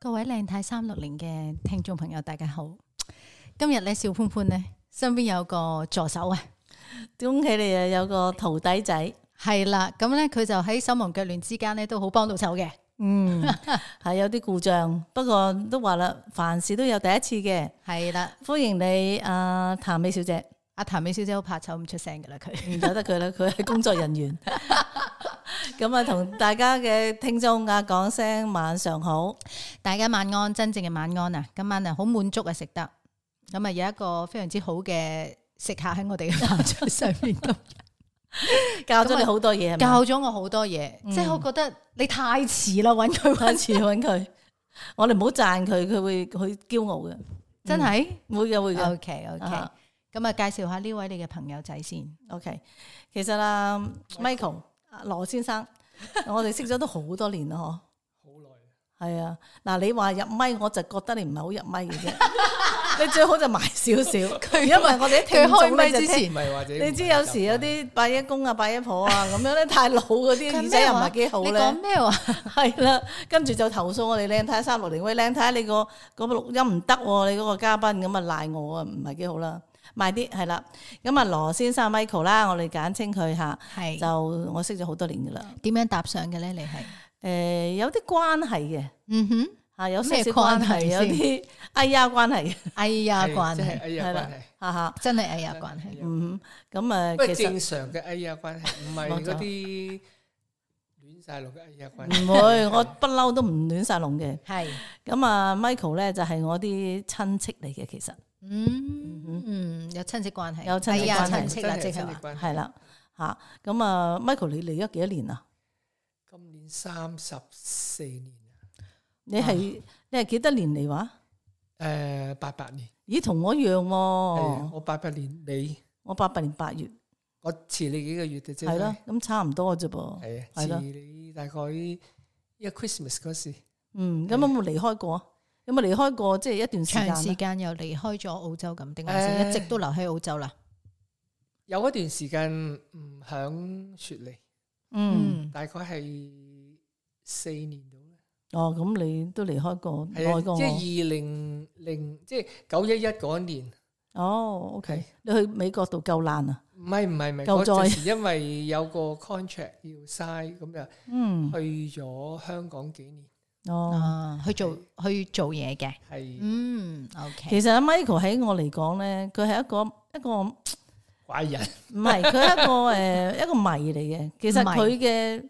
各位靚太三六零嘅聽眾朋友，大家好。今日咧，邵潘潘咧身邊有個助手啊，恭喜你啊，有個徒弟仔，係啦，咁咧佢就喺手忙腳亂之間咧都好幫到手嘅，嗯， 係有啲故障，不過都話啦，凡事都有第一次嘅。係啦。歡迎你，阿、譚美小姐，阿譚美小姐好怕醜，唔出聲噶啦佢。唔由得佢啦，佢係工作人員。咁啊，同大家嘅聽眾啊講聲晚上好。大家晚安，真正嘅晚安啊！今晚啊好滿足啊食得，咁啊有一個非常之好嘅食客喺我哋嘅飯桌上面咁，教咗你好多嘢，係咪教咗我好多嘢，即係我覺得你太遲啦揾佢多揾，次揾佢，我哋唔好讚佢，佢會佢驕傲嘅，真係。會嘅會嘅。 OK OK，啊咁啊介紹下呢位你嘅朋友仔先， OK，其實啊，Michael 啊羅先生，我哋識咗都好多年啦，嗬。係啊，嗱，你話入咪，我就覺得你唔係好入咪嘅啫。 你最好就埋少少， 因為我哋啲聽眾咧就聽。你知有時有啲拜一公啊、拜一婆啊咁樣咧，太老嗰啲耳仔又唔係幾好你咧。講咩話？係啦，跟住就投訴我哋靚太三六零，喂靚太你個嗰個錄音唔得喎，你嗰個嘉賓咁啊賴我啊，唔係幾好啦，賣啲係啦。咁啊羅先生 Michael 啦，我哋簡稱佢嚇，係就我識咗好多年噶啦。點樣搭上嘅咧？你係誒、有啲關係嘅嗯哼，嚇，有少咩少關關係係，有先啲哎呀關係嘅哎呀關係，啊係啦，嚇嚇，真係哎呀關係，嗯咁啊不過其實。正常嘅哎呀關係，唔係冇錯。嗰啲亂晒龍嘅哎呀關係。唔會， 我不嬲都唔亂晒龍嘅。係咁啊，Michael 咧就係我啲親戚嚟嘅，其實嗯嗯有親戚關係，有親戚哎呀關係親戚啦，即係話真係有親戚關係。係啦嚇。咁啊，Michael 你嚟咗幾多年啊？今年34啊你係你係幾多年嚟話？年，誒，88年。咦，同我一樣喎、係啊，我88年尾，我遲你幾個月嘅啫，我八八年八月，係咯，咁差唔多啫噃。係啊，係咯。遲你大概一Christmas嗰時。嗯，咁有冇離開過啊？有冇離開過？即係一段時間長啊時間又離開咗澳洲咁，定還是一直都留喺澳洲啦？有一段時間唔響雪梨，大概係嗯，嗯，四年到啦。哦，咁你都離開過係耐過我啊，即。係二零零，即係九一一嗰一年，哦係，OK，你去美國度救難啊？唔係唔係唔係，救災嗰陣時因為有個 contract 要 sign，咁嗯，就去咗香港幾年，哦，啊，去做去做嘢嘅，係嗯，OK，其實阿 Michael 喺我嚟講咧，佢係一個一個。怪人，唔係，佢係一個誒、呃一個謎嚟嘅。其實謎佢嘅誒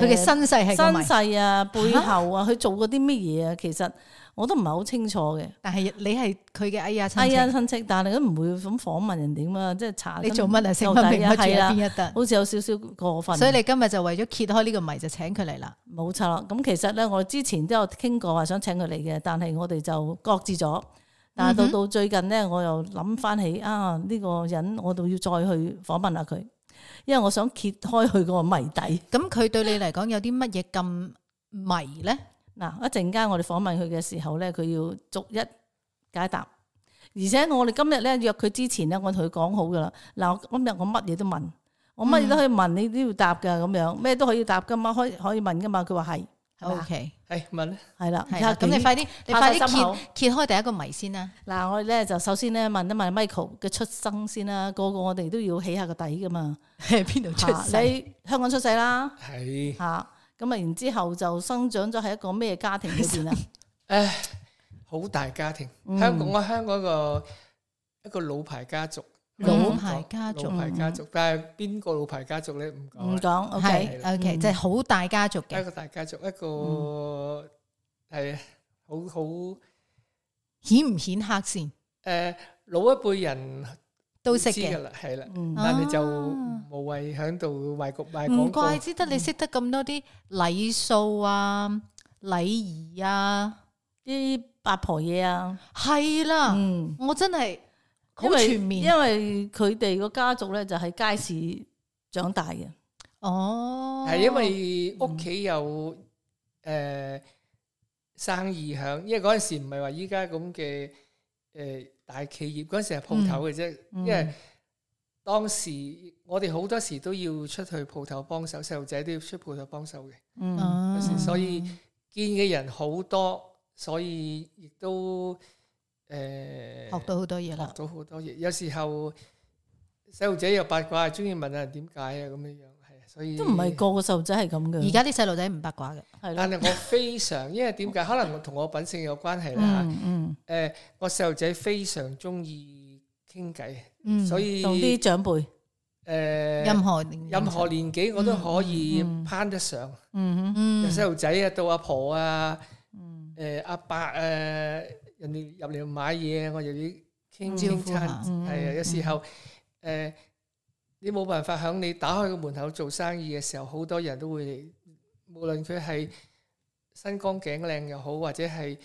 佢嘅身世係咁身，世啊、背後啊，佢做過啲乜嘢啊，其實我都唔係好清楚嘅。但係你係佢嘅哎呀親哎呀，戚，親戚，但係都唔會咁訪問人點啊，即係查你得做乜啊？食到乜底名啊乜住係喺啦邊一笪？好似有少少過分。所以你今日就為咗揭開呢個謎，就請佢嚟啦。冇錯啦。咁其實咧，我之前都有傾過話想請佢嚟嘅，但係我哋就擱置咗。但係到嗯哼到最近咧，我又諗翻起啊，呢、個人我都要再去訪問下佢，因為我想揭開佢個謎底。咁佢對你嚟講有啲乜嘢咁迷咧？嗱，一陣間我哋訪問佢嘅時候咧，佢要逐一解答。而且我哋今日咧約佢之前咧，我同佢講好噶啦。嗱，我今日我乜嘢都問，嗯我乜嘢都可以問，你都要答噶咁樣，咩都可以答噶嘛，可以可以問噶嘛。佢話係，係 O 嘛？ K，係問咧，係啦，係啦，咁你快啲，你拍快晒心口啲揭揭開第一個謎先啦。嗱，我哋咧就首先咧問一問 Michael 嘅出生先啦，個個我哋都要起下個底噶嘛。喺邊度出嚇世？你香港出世啦，係嚇咁啊，然之後就生長咗喺一個咩家庭裏 邊啊？好大家庭，嗯香港我香港個一個老牌家族，老牌家族老牌家族，但係邊個老牌家族咧？唔唔講啦，講，OK。係 O K，嗯即係好大家族一嘅，個大家族，一個係啊，好好顯唔顯黑先誒老一輩人都識知㗎嘅。啦，係啦。嗯但係就啊無謂喺度賣局賣唔廣怪告，之得你識得咁多啲禮數啊、禮儀啊，啲八婆嘢啊，係啦，嗯，我真係好因為全面因為佢哋個家族咧就喺街市長大嘅，哦。係因為屋企有誒生意響，因為嗰陣呃時唔係話依家咁嘅誒大企業，嗰陣時係鋪頭嘅啫，因為當時我哋好多時都要出去鋪頭幫手，細路仔都要出鋪頭幫手嘅。嗯，有時所以嗯見嘅人好多，所以亦都诶、學到好多嘢啦學。到好多嘢。有時候細路仔又八卦，中意問下人點解啊咁樣樣，係所以都唔係個個細路仔係咁嘅，而家啲細路仔唔八卦嘅，係咯嗯但，係我非常，因為點解？可能我同我品性有關係啦。嗯嗯诶、我細路仔非常中意傾偈，嗯，所以同啲長輩，诶、任何年齡任何年紀我都可以嗯嗯嗯攀得上。嗯嗯由細路仔啊，到阿婆啊，嗯诶阿伯誒，人哋入嚟買嘢，我又要傾招傾呼下餐，嗯係啊，有時候誒你冇辦法響你打開個門口做生意嘅時候，好多人都會嚟，無論佢係身光頸靚又好，或者係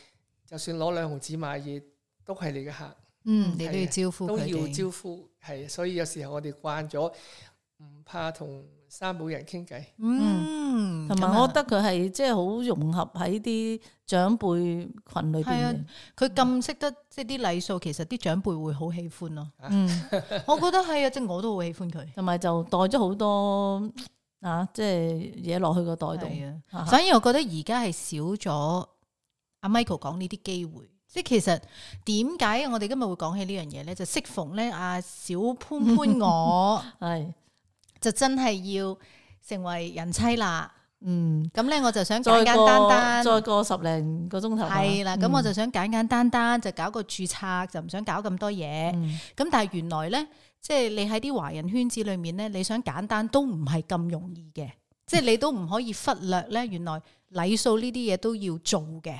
就算攞兩毫子買嘢，都係你嘅客，嗯，你都啊要招呼都佢要哋，招呼，係，啊所以有時候我哋慣咗唔怕同三冇人傾偈，嗯，同咁埋啊我覺得佢係即係好融合喺啲長輩群裏邊係啊嘅，佢咁識得即係啲禮數，其實啲長輩會好喜歡 咯。啊嗯。我覺得係啊，即係我都好喜歡佢。同埋就袋咗好多啊，即係嘢落去個袋度。係啊啊，所以我覺得而家係少咗阿 Michael 講呢啲機會。即係其實點解我哋今日會講起呢樣嘢咧？就適逢咧，阿小潘潘我 係，就真係要成為人妻啦。嗯，咁咧，我就想再簡簡單過單。再過十零個鐘頭啊。系啦，咁我就想簡簡單單就搞個註冊，就唔想搞咁多嘢。咁、嗯但係原來咧，即係你喺啲華人圈子裏面咧，你想簡單都唔係咁容易嘅，即係你都唔可以忽略咧。原來禮數呢啲嘢都要做嘅。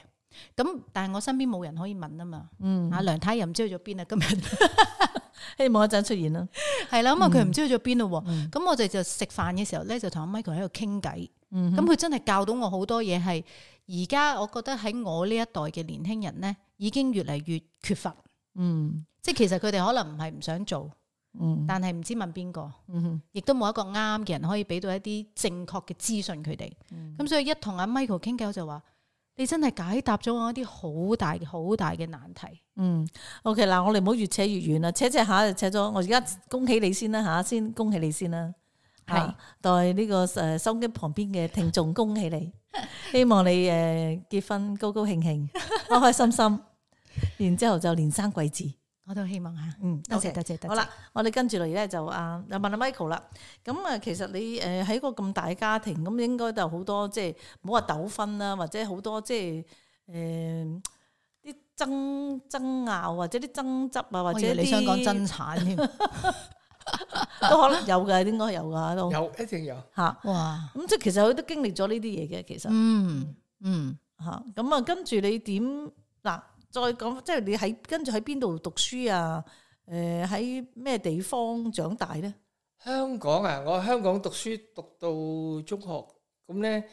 咁但係我身邊冇人可以問啊嘛。嗯，阿梁太又唔知去咗邊啊，今日希望一陣出現啦。 係啦，咁啊佢唔知去咗邊咯喎。嗯咁我哋就食飯嘅時候咧，就同阿 Michael 喺度傾偈。嗯咁哼佢真係教到我好多嘢，係而家我覺得喺我呢一代嘅年輕人咧，已經越嚟越缺乏。嗯即係其實佢哋可能唔係唔想做，嗯但係唔知問邊個，嗯哼亦都冇一個啱嘅人可以俾到一啲正確嘅資訊佢哋。咁、嗯所以一同阿 Michael 傾偈，我就話：你真係解答咗我一啲好大好大嘅難題。嗯，OK 嗱，我哋唔好越扯越遠啦，扯扯下就扯咗。我而家恭喜你先啦吓，先恭喜你先啦。係啊代呢個诶收音機旁邊嘅聽眾恭喜 你，希望你诶結婚高高興興，開開心心，然之后就連生貴子。我都希望嚇，嗯，多謝 OK 多謝多謝。好啦，我哋跟住嚟咧就啊，又問阿 Michael 啦。咁啊，其實你誒喺個咁大嘅家庭，咁應該就好多即係唔好話糾紛啦，或者好多即係誒啲爭爭拗或者啲爭執啊，或我以者為哦你想講啲真啊產添， 都可能有嘅，應該有㗎都有一定有。嚇。哇！咁即係其實佢都經歷咗呢啲嘢嘅，其實嗯嗯，嚇。咁啊，跟住你點嗱？再講即係你喺跟住喺邊度讀書啊？誒喺咩地方長大咧？香港啊，我香港讀書讀到中學，咁咧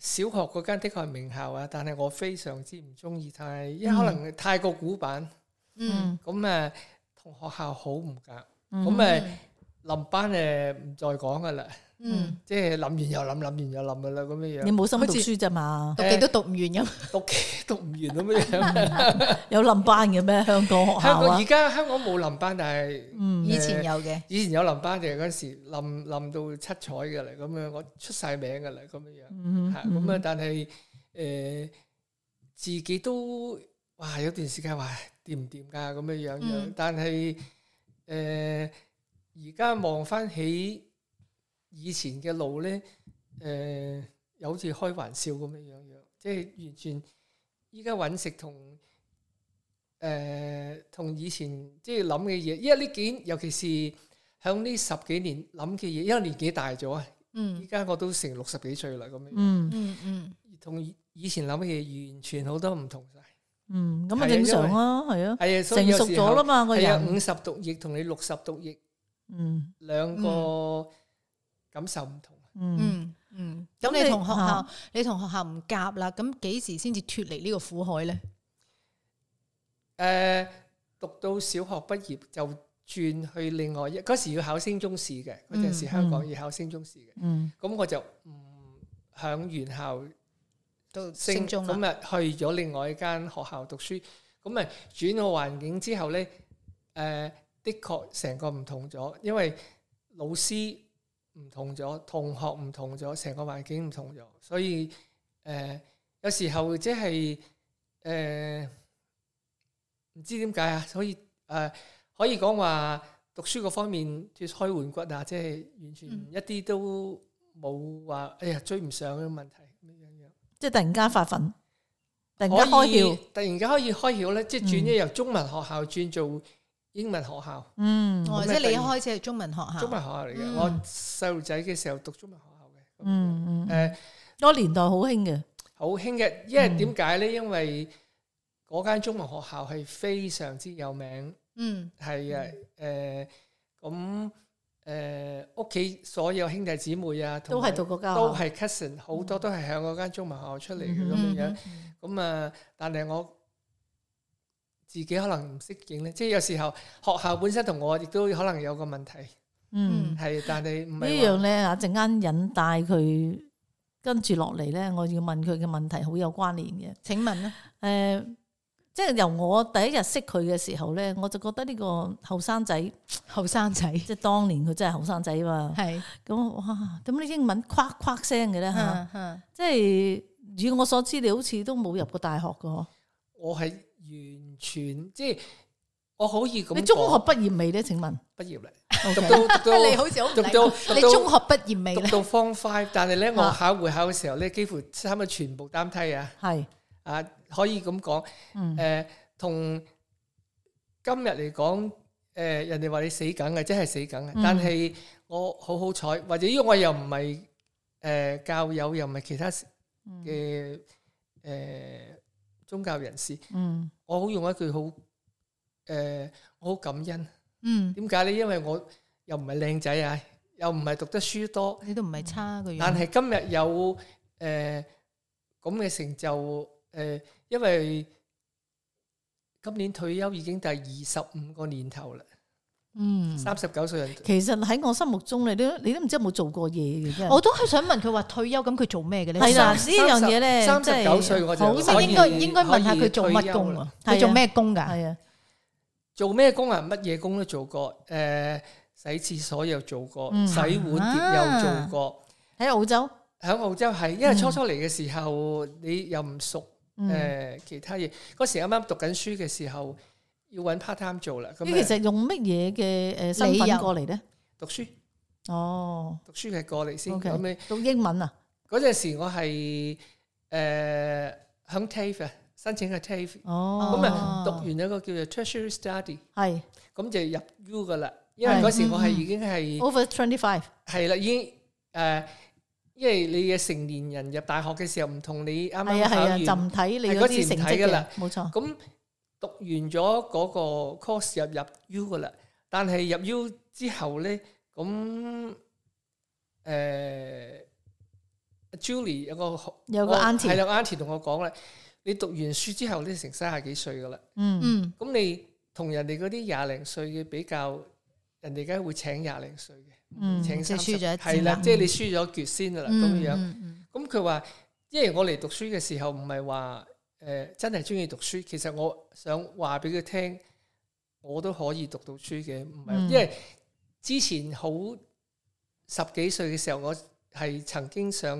誒小學嗰間的確係名校啊，但係我非常之唔中意太，嗯因為可能太過古板，嗯咁誒同學校好唔夾，嗯咁誒臨班誒唔再講噶啦，嗯，即係諗完又諗，諗完又諗噶啦咁樣你樣，冇心讀好似書啫嘛？讀極都讀唔完咁。讀讀唔完咁 樣樣。有冧班嘅 咩？香港學香校港啊而，家香港冇臨班，但係。嗯以前有嘅，以前有林班嘅嗰陣時，冧冧到七彩嘅啦，咁樣我出晒名嘅啦，咁樣樣嗯嚇咁啊！但係誒、自己都哇有段時間話掂唔掂㗎咁樣樣樣，嗯但係誒而家望翻起以前嘅路咧，誒、又好似開玩笑咁樣樣樣，即係完全依家揾食同。誒、同以前即係諗嘅嘢，因為呢幾尤其是響呢十幾年諗嘅嘢，因為年紀大咗啊，依嗯家我都成六十幾歲啦，咁樣嗯嗯嗯，同以以前諗嘅嘢完全好多唔同晒。嗯，咁啊正常啦，係啊，係啊，所以成有熟時咗啦候嘛個係啊，人，五十讀譯同你六十讀譯嗯兩個感受唔同。嗯嗯嗯，咁咁你你同學校啊，你同學校唔夾啦，咁幾時先至脱離呢個苦海咧？誒，讀到小學畢業就轉去另外一嗰時要考升中試嘅，嗰陣時香港要考升中試嘅，嗯咁我就唔響原校。到升升中啦咁。啊去咗另外一間學校讀書，咁啊轉個環境之後咧，誒、的確成個唔同咗，因為老師唔同咗，同學唔同咗，成個環境唔同咗，所以誒、呃有時候即係呃誒唔知點解啊，所以誒、呃可以講話讀書嗰方面脫胎換骨啊，即係完全嗯一啲都冇話哎呀追唔上嘅問題咁樣樣。即係突然間發奮，突然間可開以竅，突然間可以開竅咧，即係轉嗯咗由中文學校轉做英文學校，嗯哦，即咩係你一突然開始係中文學校，中文學校嚟嘅。嗯我細路仔嘅時候讀中文學校嘅，咁樣嗯嗯，誒嗰個年代好興嘅，好興嘅，因為點解咧？因為嗰間中文學校係非常之有名，嗯係啊誒咁誒屋企所有兄弟姊妹啊，同都埋係讀嗰間都學校係 cousin，好多都係喺嗰間中文學校出嚟嘅咁嗯樣樣。嗯咁啊，但係我自己可能唔適應咧，即係有時候學校本身同我亦都可能有個問題，嗯。係但係唔呢係樣話咧，啊陣間引帶佢跟住落嚟咧，我要問佢嘅問題好有關聯嘅。請問咧，诶、呃即係由我第一日識佢嘅時候咧，我就覺得呢個後生仔，後生仔即係當年佢真係後生仔嘛。係咁哇，咁啲英文夸夸聲嘅咧吓，嗯嗯即係以我所知，你好似都冇入過大學嘅嗬。我係完全即係我可以咁你中學講畢業未咧？請問畢業啦， ，OK，到讀你到好似好唔讀理到解讀你到中學畢業未讀咧？到 Form Five，但係咧我啊考會考嘅時候咧，幾乎差唔多全部擔梯啊，係，啊可以咁講。嗯，誒同今日嚟講，誒、人哋話你死梗嘅，真係死梗嘅。嗯但係我好好彩，或者因為我又唔係誒教友，又唔係其他嗯嘅誒、宗教人士，嗯，我好用一句好誒、我好感恩。嗯，點解呢？因為我又唔係靚仔啊，又唔係讀得書多。你都唔係差個樣，但係今日有誒咁嘅成就，誒、因為今年退休已經第二十五個年頭啦，嗯，三十九歲人其實喺我心目中，你都你都唔知有冇做過嘢嘅啫。我都係想問佢話退休咁佢做咩嘅咧？係啦，我呢想樣嘢咧，三即係十九歲我就好其實應該可以應該問下佢做乜工啊？可以退休啦佢做咩工㗎？係啊，做咩工啊？乜嘢工都做過，誒、洗廁所又做過，嗯洗碗碟又做過。喺澳洲，喺澳洲係，因為初初嚟嘅時候你又唔熟誒、嗯，其他嘢，嗰時啱啱讀緊書嘅時候要揾 part time 做啦。咁你其誒實用乜嘢嘅诶身理由份過嚟咧？讀書哦，讀書係過嚟先， OK 咁你。讀英文啊，嗰陣時我係誒響 TAFE 啊，申請嘅 TAFE，哦，咁哦啊讀完一個叫做 tertiary study，係咁就入 U 噶啦。因為嗰時我係嗯已經係 over twenty five，係啦，已經誒、因為你嘅成年人入大學嘅時候唔同你啱係啊啱考係啊，就完，唔睇你係嗰嗰時啲唔成睇績㗎啦嘅，冇錯，咁讀完咗嗰個 course 入入 U 噶啦。但係入 U 之後咧，咁誒、Julie 有個學有個我 auntie 係啦，auntie 同我講啦，你讀完書之後咧，成三十幾歲噶啦，嗯，嗯咁你同人哋嗰啲廿零歲嘅比較，人哋梗係會請廿零歲嘅，嗯請即係三十輸咗一截係啦啦，即係你輸咗一橛先噶啦，咁嗯樣。嗯咁佢話，因為我嚟讀書嘅時候唔係話誒真係中意讀書，其實我想話俾佢聽，我都可以讀到書嘅，唔係、嗯因為之前好十幾歲嘅時候，我係曾經想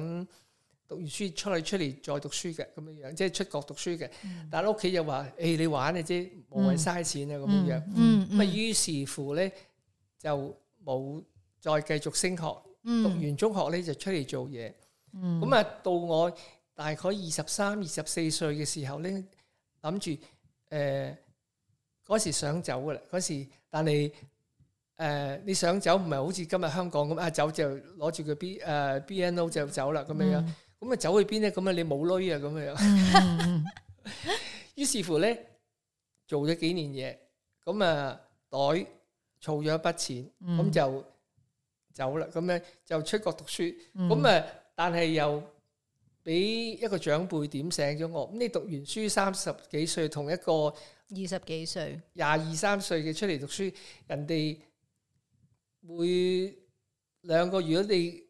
讀完書出嚟出嚟再讀書嘅咁樣樣，即係出國讀書嘅，嗯但係屋企又話：，誒、你玩嘅啫，無謂嘥錢啊咁樣樣。嗯咁啊，嗯於是乎咧就冇再繼續升學，嗯讀完中學咧就出嚟做嘢。嗯，咁啊，到我大概二十三、二十四歲嘅時候咧，諗住誒嗰時想走噶啦，嗰時但係誒、呃你想走唔係好似今日香港咁啊走就攞住個 B 誒、BNO 就走啦咁樣樣，嗯咁啊、走去邊咧？咁啊你冇女啊咁樣樣，嗯，於是乎咧做咗幾年嘢，咁啊袋儲咗一筆錢，嗯咁就走啦，咁樣就出國讀書。咁咁啊，啊，但係又俾一個長輩點醒咗我。咁你讀完書三十幾歲，同一個二十幾歲，廿二三歲嘅出嚟讀書，人哋會兩個，如果你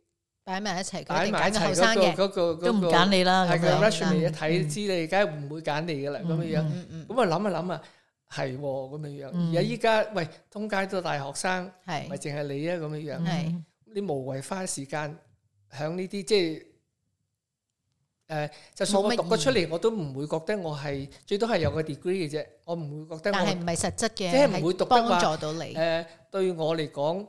擺埋一齊，佢擺一定揀埋一個齊後生嗰嘅。個嗰個都唔嗰個揀你啦，係咁個樣 resume 一嗯睇知你，梗係唔會揀你噶啦咁樣樣。嗯嗯咁啊諗一諗啊，係喎咁樣樣。嗯而家依家喂，通街都大學生，唔係係淨係你啊咁樣樣。係嗯你無謂花時間喺呢啲即係誒，就算冇我乜讀咗出意嚟，我都唔會覺得我係最多係有個 degree 嘅啫，我唔會覺得但係我唔係實質嘅，即係唔會讀得幫話助到你誒、。對我嚟講，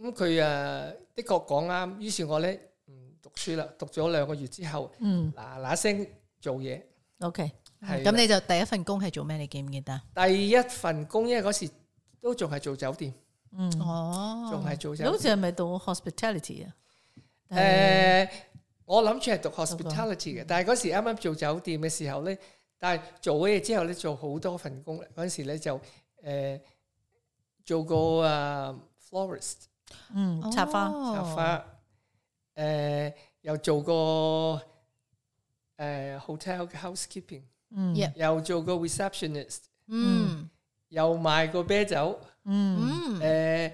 咁佢誒的確講啱，於是我咧唔讀書啦，讀咗兩個月之後，嗯嗱嗱聲做嘢， ，OK，嗯係咁啦你就第一份工係做咩？你記唔記得？第一份工，因為嗰時都仲係做酒店，嗯，哦，仲係做你酒好店。似係咪到 hospitality 啊？誒、我諗住係讀 hospitality 嘅，但係嗰時啱啱做酒店嘅時候咧，但係做咗嘢之後咧，做好多份工啦。嗰陣時咧就誒、做過啊 ờ, florist 嗯，插花，哦插花，誒、Ờ, 又做過誒、hotel ờ, 嘅 housekeeping，嗯 Yeah 又做過 receptionist，嗯又賣過啤酒。嗯誒、嗯，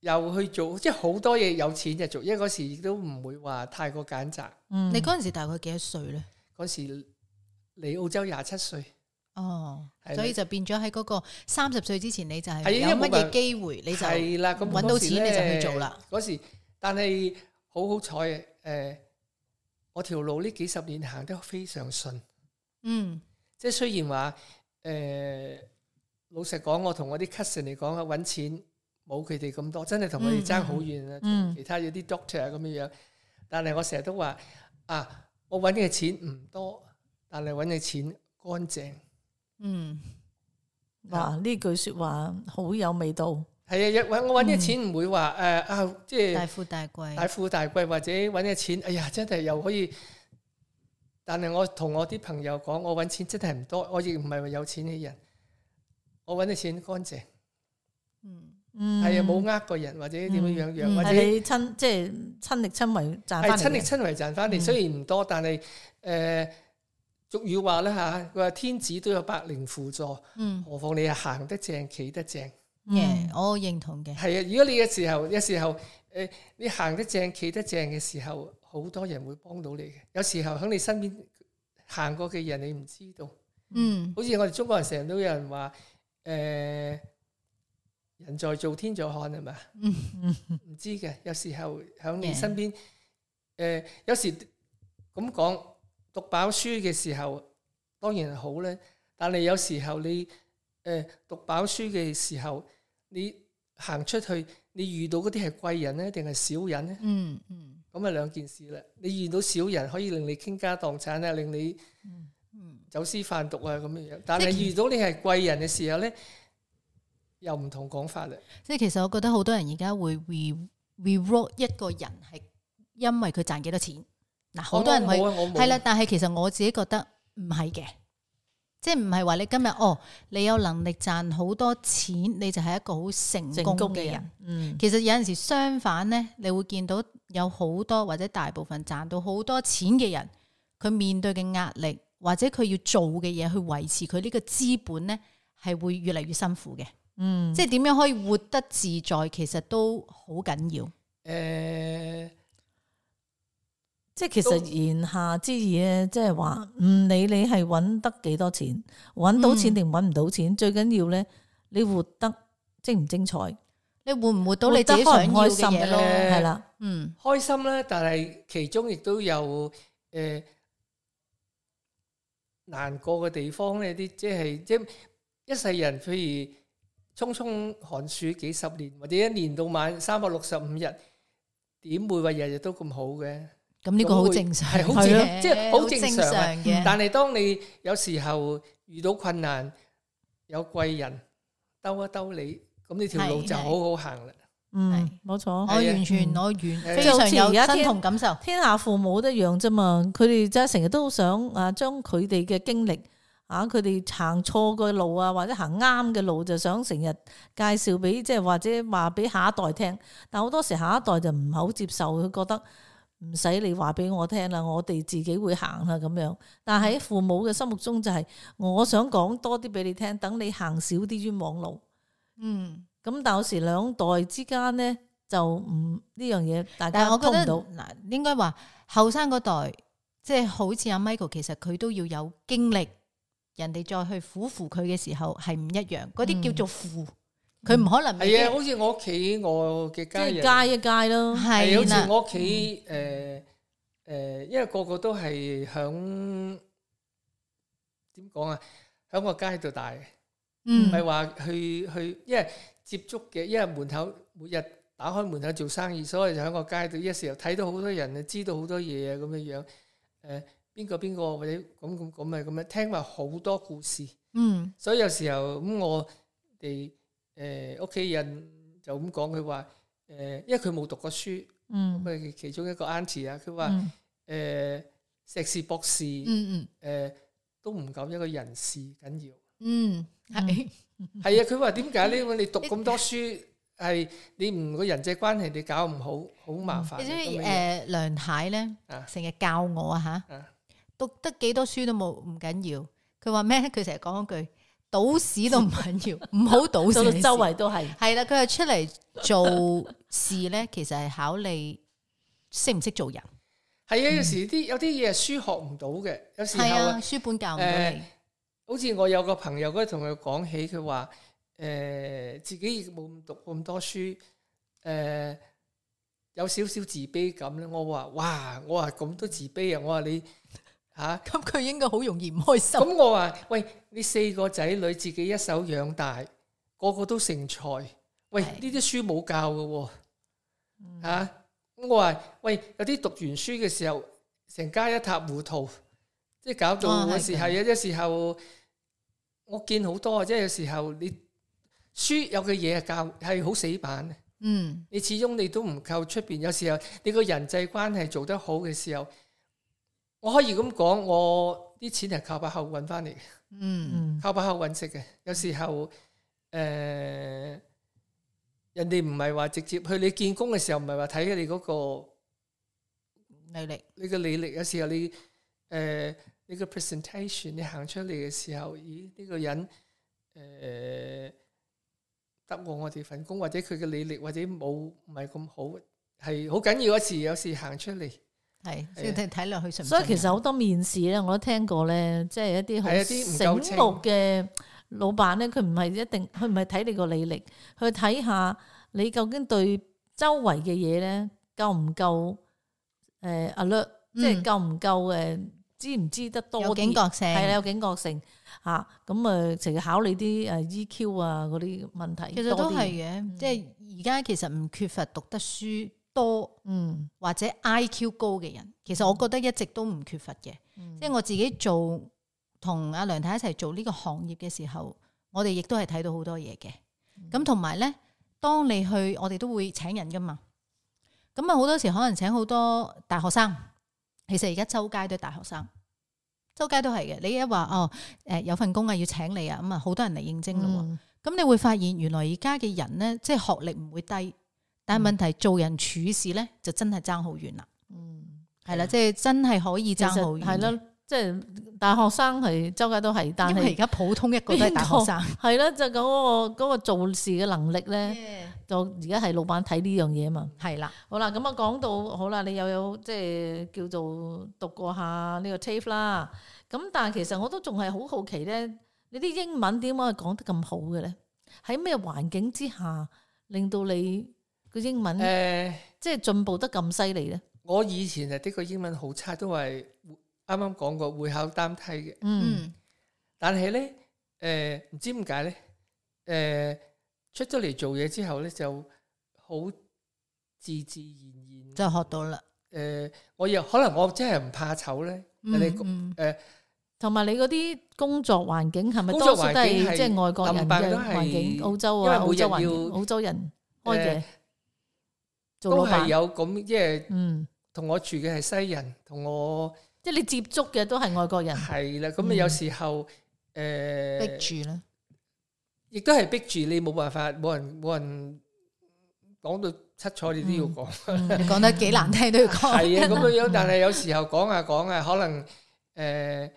又去做，即係好多嘢有錢就做，因為嗰時亦都唔會話太過揀擇。嗯，你嗰阵时大概幾多歲咧？嗰時嚟澳洲廿七歲，哦，係所以你就變咗喺嗰個三十歲之前，你就係係因有為乜冇辦嘢法機會你就係啦，咁揾嗰到時錢你就呢去做。啦。嗰時，但係好好彩誒，我條路呢幾十年行得非常順，嗯即係雖然話誒、老實講，我同我啲 cousin 嚟講啊，揾錢冇佢哋咁多，真係同嗯佢哋爭好遠啊。嗯其他有啲 doctor 啊咁樣樣，但係我成日都話啊，我揾嘅錢唔多，但係揾嘅錢乾淨。嗯，哇，呢句说話好有味道，係啊，一揾我揾嘅錢唔會話誒、啊，即大係富大貴。大富大貴或者揾嘅錢，哎呀，真係又可以。但係我同我啲朋友講，我揾錢真係唔多，我亦唔係話有錢嘅人，我揾嘅錢乾淨，係嗯嗯，啊，冇呃過人或者點樣樣樣，嗯或者係你親即係親力親為賺係翻親力嚟嗯嘅，親為賺翻嚟，嗯雖然唔多，但係誒、呃俗語話啦嚇，佢話天子都有百靈輔助，嗯何況你係行得正、企得正。嗯嘅，嗯我認同嘅。係啊，如果你嘅時候，有時候誒、呃你行得正、企得正嘅時候，好多人會幫到你嘅。有時候喺你身邊行過嘅人，你唔知道。嗯好似我哋中國人成日都有人話誒、呃人在做天在看係咪啊？唔知嘅，有時候喺你嗯 Yeah 身邊，誒、呃有時咁講讀飽書嘅時候當然係好咧，但係有時候你誒、呃、讀飽書嘅時候，你行出去，你遇到嗰啲係貴人咧，定係小人咧？嗯嗯咁啊兩件事啦。你遇到小人可以令你傾家蕩產啊，令你嗯走私販毒啊咁樣樣，但係即係遇到你係貴人嘅時候咧，又唔同講法啦。即係其實我覺得好多人而家會 re reward 一個人係因為佢賺幾多錢。嗱，好多人我去冇啊我冇啊係啦，但係其實我自己覺得唔係嘅，即係唔係話你今日哦，你有能力賺好多錢，你就係一個好成成功功嘅嘅人人。，嗯其實有陣時相反呢，你會見到有好多或者大部分賺到好多錢嘅人，佢面對嘅壓力或者佢要做嘅嘢去維持佢呢個資本呢，係會越嚟越辛苦嘅。嗯，即係點樣可以活得自在，其實都好緊要。誒、即係其實言下之意咧，即係話唔理你係揾得幾多錢，揾嗯到錢定揾唔到錢，最緊要咧你活得精唔精彩，你活唔活到活你得自己想開唔要開嘅心嘢咯？咧係啦，嗯開心啦，但係其中亦都有誒、呃、難過嘅地方咧，啲即係即係一世人，譬如匆匆寒暑幾十年，或者一年到晚三百六十五日，點會話日日都咁好嘅？咁呢個好正常，係好正 嘅即係好正常啊嘅。但係當你有時候遇到困難，有貴人兜一兜你，咁你條路係就好好行啦。嗯，冇錯。我完全嗯我完非就好常似而有家身天同感受。啊天下父母都一樣啫嘛，佢哋真係成日都想啊，將佢哋嘅經歷啊，佢哋行錯嘅路啊，或者行啱嘅路，就想成日介紹俾即係或者話俾下一代聽。但好多時下一代就唔係好接受，佢覺得唔使你話俾我聽啦，我哋自己會行啦咁樣。但喺父母嘅心目中就係、我想講多啲俾你聽，等你行少啲冤枉路。嗯，咁但有時兩代之間呢，就唔呢樣嘢大但家係我通覺唔得到。嗱，應該話後生嗰代，即係好似阿 Michael，其實佢都要有經歷，人哋再去苦扶佢嘅時候係唔一樣，嗰嗯啲叫做扶，佢唔可能未係啊，必好似我屋企我嘅家啊即嗯系人。街一街咯，係好係啦似。我屋企誒誒，因為個個都係響點講啊，響個街度大嘅，唔嗯係話去去，因為接觸嘅，因為門口每日打開門口做生意，所以就喺個街度，一時候睇到好多人啊，知道好多嘢啊咁樣樣，誒邊個邊個或者咁咁咁啊咁樣，聽話好多故事。嗯所以有時候咁我哋誒屋企人就咁講，佢話誒，因為佢冇讀過書，咁嗯佢其中一個 auntie 啊，佢話嗯誒碩士博士誒、嗯都唔夠一個人士緊要。嗯嗯，係嗯係啊，佢話點解呢？你讀咁多書係你唔個人際關係你搞唔好，好麻煩。嗯啊你知唔咁知樣誒梁太咧啊成日教我啊嚇啊，讀得幾多書都冇唔緊要。佢話咩咧？佢成日講嗰句賭屎都唔緊要，唔好賭到到屎。周圍 都係，係啦，佢係出嚟做事咧，其實係考你識唔識做人。係啊，有時啲有啲嘢係書學唔到嘅，有時嗯候係啊啊，。書本教唔到誒你。好似我有個朋友嗰日同佢講起，佢話誒自己亦冇讀咁多書，誒、有少少自卑感咧。我話哇，我話咁都自卑啊！我話你嚇，啊咁佢應該好容易唔開心咁、。我話喂，你四個仔女自己一手養大，個個都成才。喂，係嗯呢啲書冇教嘅喎、嚇咁我話喂，有啲讀完書嘅時候，成家一塌糊塗，即係搞啊到有係時㗎係有啲時候，我見好多，即係有時候你書有嘅嘢係教係好死板嘅，嗯你始終你都唔夠出邊。有時候你個人際關係做得好嘅時候，我可以咁講，我啲錢係靠把口揾翻嚟嘅。嗯嗯靠把口揾食嘅。有時候誒、呃人哋唔係話直接去你見工嘅時候，唔係話睇你嗰、個履歷。你嘅履歷。有時候你誒、呃你嘅 presentation，你行出嚟嘅時候，咦呢、個人誒得喎我哋份工，或者佢嘅履歷或者冇唔係咁好，係好緊要嗰時。有時行出嚟系，係即系睇落去順唔順眼啊所以其實好多面試咧，我都聽過咧，即係一啲係一啲唔夠好醒目嘅老闆咧，佢唔係一定，佢唔係睇你個履歷，佢睇下你究竟對周圍嘅嘢咧夠唔夠誒 alert，即係嗯夠唔夠誒知唔知得多有啲警覺性，係啦，有警覺性嚇。咁誒，成日考你啲誒 EQ 啊嗰啲問題，其實都多啲係，嘅，即係而家其實唔缺乏讀得書多嗯，或者 IQ 高嘅人，其實我覺得一直都唔缺乏嘅。即係我自己做同阿梁太一齊做呢個行業嘅時候，我哋亦都係睇到好多嘢嘅。嗯咁同埋咧，當你去，我哋都會請人噶嘛。咁啊，好多時可能請好多大學生，其實而家周街都係大學生，周街都係嘅。你一話哦，誒、有份工啊，要請你啊，咁啊，好多人嚟應徵咯喎。嗯咁你會發現原來而家嘅人咧，即係學歷唔會低，但係問題做人處事咧就真係爭好遠啦。嗯，係啦，即係真係可以其爭實好遠。係，咯，即係大學生係周街都係，但因為而。係家普通一個都係大學生。係啦，就嗰、個嗰個做事嘅能力咧，就而家係老闆睇呢樣嘢嘛。係啦，好啦，咁啊講到好啦，你又有即係叫做讀過下呢個 TAFE 啦。咁但係其實我都仲係好好奇咧，你啲英文點解講得咁好嘅咧？喺咩環境之下令到你個英文誒、即係進步得咁犀利咧？呃我以前啊係的個英文好差，都係啱啱講過會考擔梯嘅。嗯嗯但係咧，誒、唔知點解咧，誒、呃出咗嚟做嘢之後咧，就好自自然然。誒、就學到啦。我又可能我真係唔怕醜咧，人哋呃嗯同埋你嗰啲工作環境係咪工多數作都環境係係即係外國人林伯嘅都係環境？澳洲因為啊，每澳洲日環境，要呃澳洲人開嘅做都老係闆。有咁，即係嗯，同我住嘅係西人，同我即係你接觸嘅都係外國人。係啦。咁嗯啊，有時候誒，呃逼住啦，亦都係逼住你冇辦法，冇人冇人講到七彩，你嗯都要講。你講得幾難聽都要講。係 啊，咁樣樣，但係有時候講下講下，可能誒、呃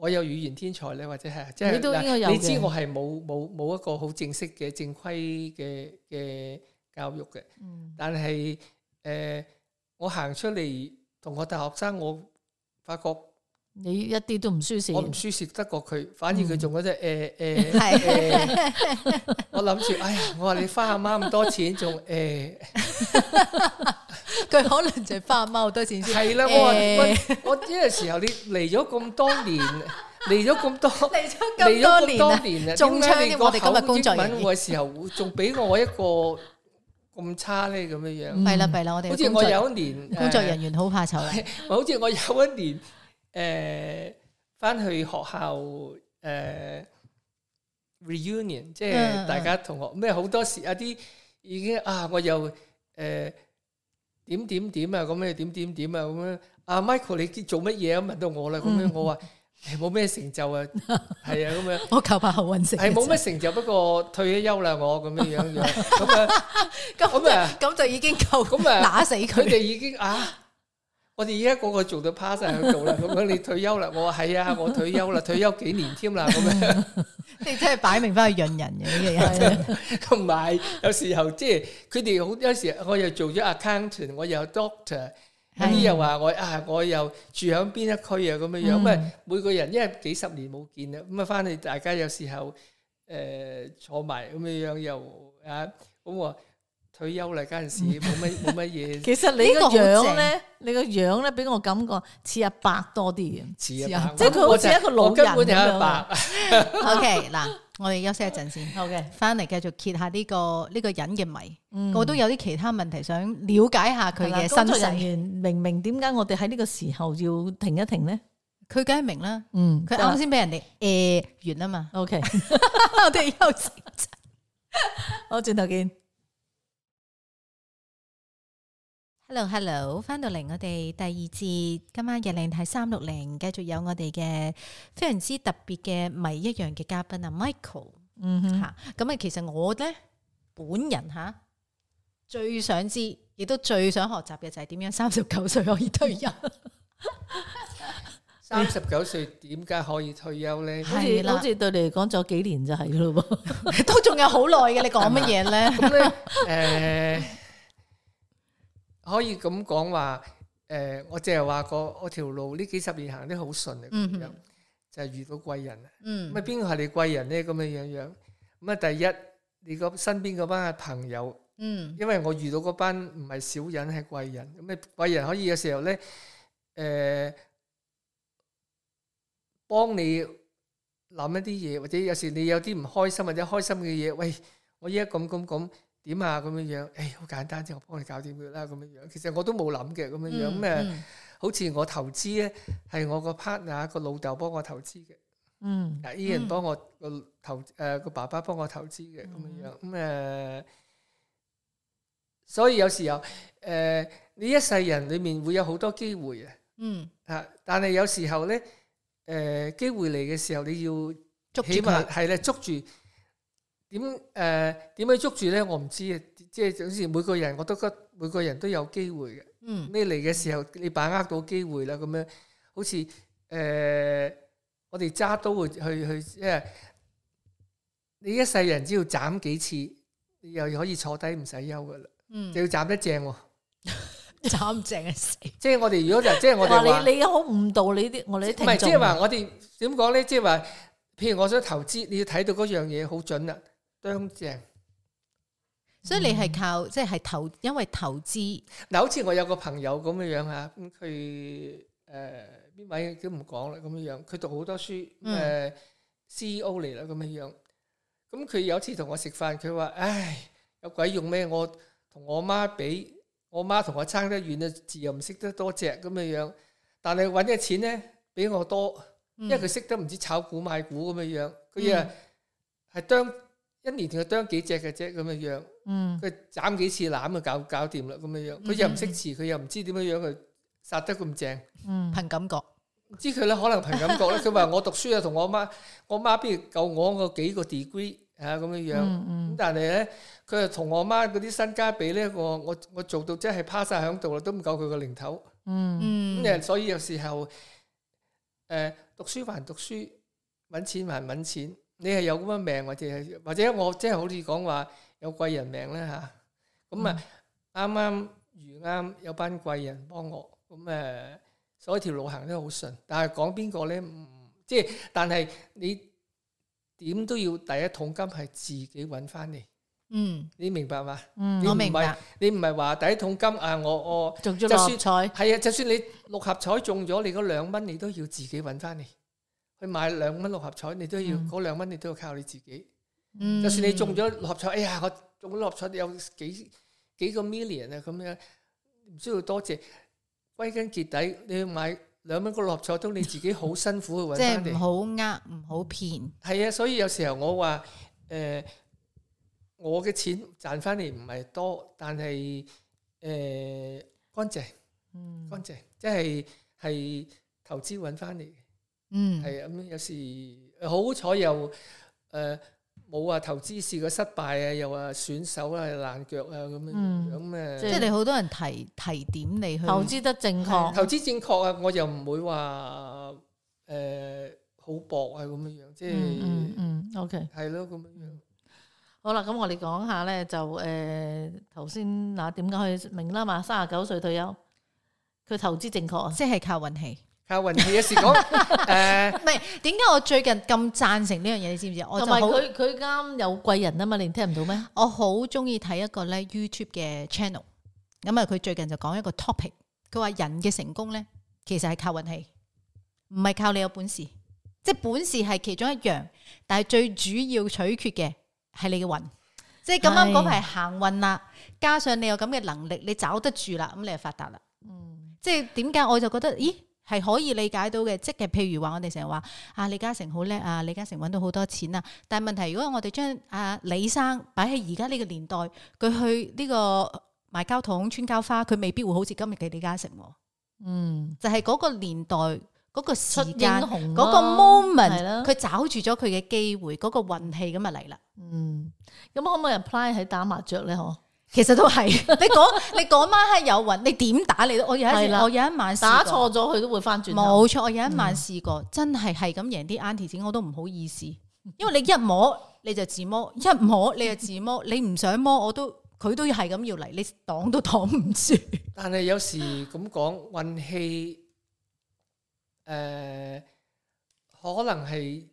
我有語言天才咧，或者係即係你都應該有嘅你知我係冇冇冇一個好正式嘅正規嘅嘅教育嘅，嗯但係誒、呃我行出嚟同我大學生，我發覺你一啲都唔輸我唔蝕，輸蝕得過佢，反而佢仲呃嗰只嗯誒誒係誒，我諗住，哎呀，我話你花阿媽咁多錢，仲呃誒佢可能就係花阿媽好多錢先。係啦，我話喂我呢個時候你嚟咗咁多年，嚟咗咁多 嚟咗嚟咁咗多咁年多啦，年啊，中槍點解你添個我哋今日口工作英文人員我嘅時候仲俾我一個咁差咧咁樣樣，弊啦弊啦，我哋嗯好嘅似工我作有一年工作誒人員好怕醜啦。啊好似我有一年 诶，翻、返去學校诶、誒 reunion，即嗯係嗯大家同學咩好多時有啲已經啊，我又诶、點點點啊，咁樣點點點啊，咁樣啊 Michael 你做乜嘢啊？問到我啦，咁嗯樣我話誒冇咩成 就啊，係啊，咁樣。我求怕好揾食。係冇乜成就，不過退咗休啦，我咁樣樣樣咁啊，咁啊。 咁就已經夠咁啊打死佢佢。哋已經啊，我哋而家個個做到趴晒喺度啦，咁樣你退休啦，我話 係啊，我退休啦，退休幾年添啦，咁樣你真係擺明翻去潤人嘅呢個人。啊同埋有時候即係佢哋好有時我又做咗 accountant，我又 doctor。咁係又話我啊，我又住喺邊一區啊，咁樣樣嗯咁啊，每個人因為幾十年冇見啦，咁啊翻去大家有時候誒、呃坐埋咁樣樣又啊，咁我退休啦嗰陣時冇乜冇乜嘢。其實你呢個個好樣正咧，你個樣咧，俾我感覺似阿伯多啲嘅。似似啊啊 伯，即係佢好似一個老我根本就人咁係樣一白， OK，嗱，我哋休息一陣先，好嘅，翻嚟繼續揭下呢個呢個人嘅謎。嗯我都有啲其他問題想了解下佢嘅身工作人世。員明唔明點解我哋喺呢個時候要停一停咧？佢梗係明啦，嗯，佢啱先俾人哋誒完啊嘛。 O K，我哋休息。好，轉頭見。 Hello，Hello，翻到嚟我哋第二節，今晚嘅靚太三六零繼續有我哋嘅非常之特別嘅迷一樣嘅嘉賓啊，Michael 嗯哼，吓。咁啊，其實我咧本人吓最想知，亦都最想學習嘅就係點樣三十九歲可以退 休。三十九歲點解可以退休 咧？好係似啦好似對你嚟講，仲有幾年就係噶咯噃。都仲有好耐嘅，你講乜嘢咧？ 咁咧，诶，可以咁講話，诶，我淨係話個我條路呢幾十年行得好順啊，嗯咁樣就係遇到貴人啊。嗯咁啊，，邊個係你貴人咧？咁樣樣樣。咁啊，第一，你個身邊嗰班係朋友。嗯，因為我遇到嗰班唔係小人係貴人，咁你貴人可以有時候咧，誒、幫你諗一啲嘢，或者有時你有啲唔開心或者開心嘅嘢，喂，我依家咁咁咁點啊咁樣樣，誒、好簡單啫，我幫你搞掂佢啦咁樣樣。其實我都冇諗嘅咁樣樣，咁誒、呃嗯好似我投資咧係我個 partner 個老豆幫我投資嘅。嗯啊，Ian 嗯幫我個投誒個爸爸幫我投資嘅咁嗯樣樣，咁誒，所以有時候誒你一世人裏面會有好多機會啊，嗯，啊，但係有時候咧誒機會嚟嘅時候，你要捉住起碼佢，係咧捉住點誒點樣捉住咧，我唔知啊，即係總之每個人我都覺得每個人都有機會嘅。嗯咩嚟嘅時候，你把握到機會啦，咁樣好似誒、呃我哋揸刀去去去，即係你一世人只要斬幾次，你又可以坐低唔使休噶啦，嗯就，要斬得正喎。斬正嘅死，即係我哋如 果就即係我哋哇！話你你好誤導你啲我哋啲唔聽眾啊係即係話我哋點講咧？即係話，譬如我想投資，你要睇到嗰樣嘢好準啦，當正。所以你係靠即係投，因為投資，嗱，好似我有個朋友咁樣樣嚇，咁佢誒邊位都唔講啦，咁樣樣，佢讀好多書，呃誒、嗯 CEO E 嚟啦，咁樣樣。咁佢有次同我食飯，佢話：唉，有鬼用咩？我同我媽比，我媽同我爭得遠啊，字又唔識得多隻咁樣樣。但係揾嘅錢咧，比我多，因因為佢識得唔知炒股買股咁樣樣。佢啊係當一年就當幾隻嘅啫咁樣樣。嗯佢斬幾次攬就搞搞掂啦，咁樣樣，佢又唔識字，佢又唔知點樣樣，佢殺得咁正，嗯憑感覺，唔知佢咧可能憑感覺咧，佢話我讀書啊，同我媽， 我媽邊度夠我嗰幾個 degree 啊咁樣樣，咁、嗯但係咧，佢又同我媽嗰啲身家比咧，我我我做到真係趴晒喺度啦，都唔夠佢個零頭，嗯咁嗯誒、所以有時候誒、讀書還讀書，揾錢還揾錢，你係有咁嘅命，或者係或者我即係好似講話有貴人命啦嗯吓，咁啊啱啱遇啱有班貴人幫我，咁誒所以條路行得好順。但係講邊個咧？唔即係但係你點都要第一桶金係自己揾翻嚟，嗯，你明白嘛？嗯你我唔明白係，你唔係話第一桶金啊，我我中咗就六算合彩，係啊，就算你六合彩中咗，你嗰兩蚊你都要自己揾翻嚟。去買兩蚊六合彩，你都要嗯嗰兩蚊，你都要靠你自己。嗯就算你中咗六合彩，哎呀，我中咗六合彩有幾幾個 million 啊，咁樣唔需要多謝。歸根結底，你要買兩蚊個六合彩都你自己好辛苦去 揾即翻係唔嚟。好呃，唔好騙，係啊，所以有時候我話誒、呃我嘅錢賺翻嚟唔係多，但係誒乾淨嗯乾淨，即係係投資揾翻嚟嘅。嗯，係啊，咁有時呃好彩又誒冇話投資試過失敗啊，又話選手啊爛腳啊咁樣嗯咁呃即誒。係你好多人提提點你去投資得正係確，投資正確啊，我又唔會話誒好薄啊咁樣樣，即嗯係嗯嗯，OK。係咯咁樣樣。好啦，咁我哋講下咧，就誒頭先嗱點解佢明啦嘛，三十九歲退休，佢投資正確啊，即係靠運氣。靠運氣有時 講呃誒唔係點解我最近咁贊成呢樣嘢？你知唔知？我就同埋好，佢佢啱有貴人啊嘛，你聽唔到咩？我好中意睇一個咧 YouTube 嘅 channel。咁啊，佢最近就講一個 topic，佢話人嘅成功咧，其實係靠運氣，唔係靠你有本事。即係本事係其中一樣，但係最主要取決嘅係你嘅運。即係咁啱係嗰排行運啦，加上你有咁嘅能力，你找得住啦，咁你就發達啦。嗯即係點解我就覺得，咦，係可以理解到嘅。即係譬如話，我哋成日話啊，李嘉誠好叻啊，李嘉誠揾到好多錢啊。但係問題，如果我哋將啊李生擺喺而家呢個年代，佢去呢個賣膠桶、穿膠花，佢未必會好似今日嘅李嘉誠喎。嗯，就係嗰個年代嗰、個出時英間嗰雄啊個係 moment，啦佢找住咗佢嘅機會，嗰、個運氣咁啊嚟啦。嗯，咁可唔可以 apply 喺打麻雀咧？嗬，其實都係 你講你嗰晚黑有運，你點打你都我有一係次啦我有一晚試過打錯咗佢都會翻轉頭。冇錯，我有一嗯晚試過，真係係咁贏啲 a u n t i 錢，我都唔好意思，因為你一摸你就自摸，一摸你就自 摸，你唔想摸我都佢都係咁要嚟，你擋都擋唔住。 但係有時咁講運氣誒、呃可能係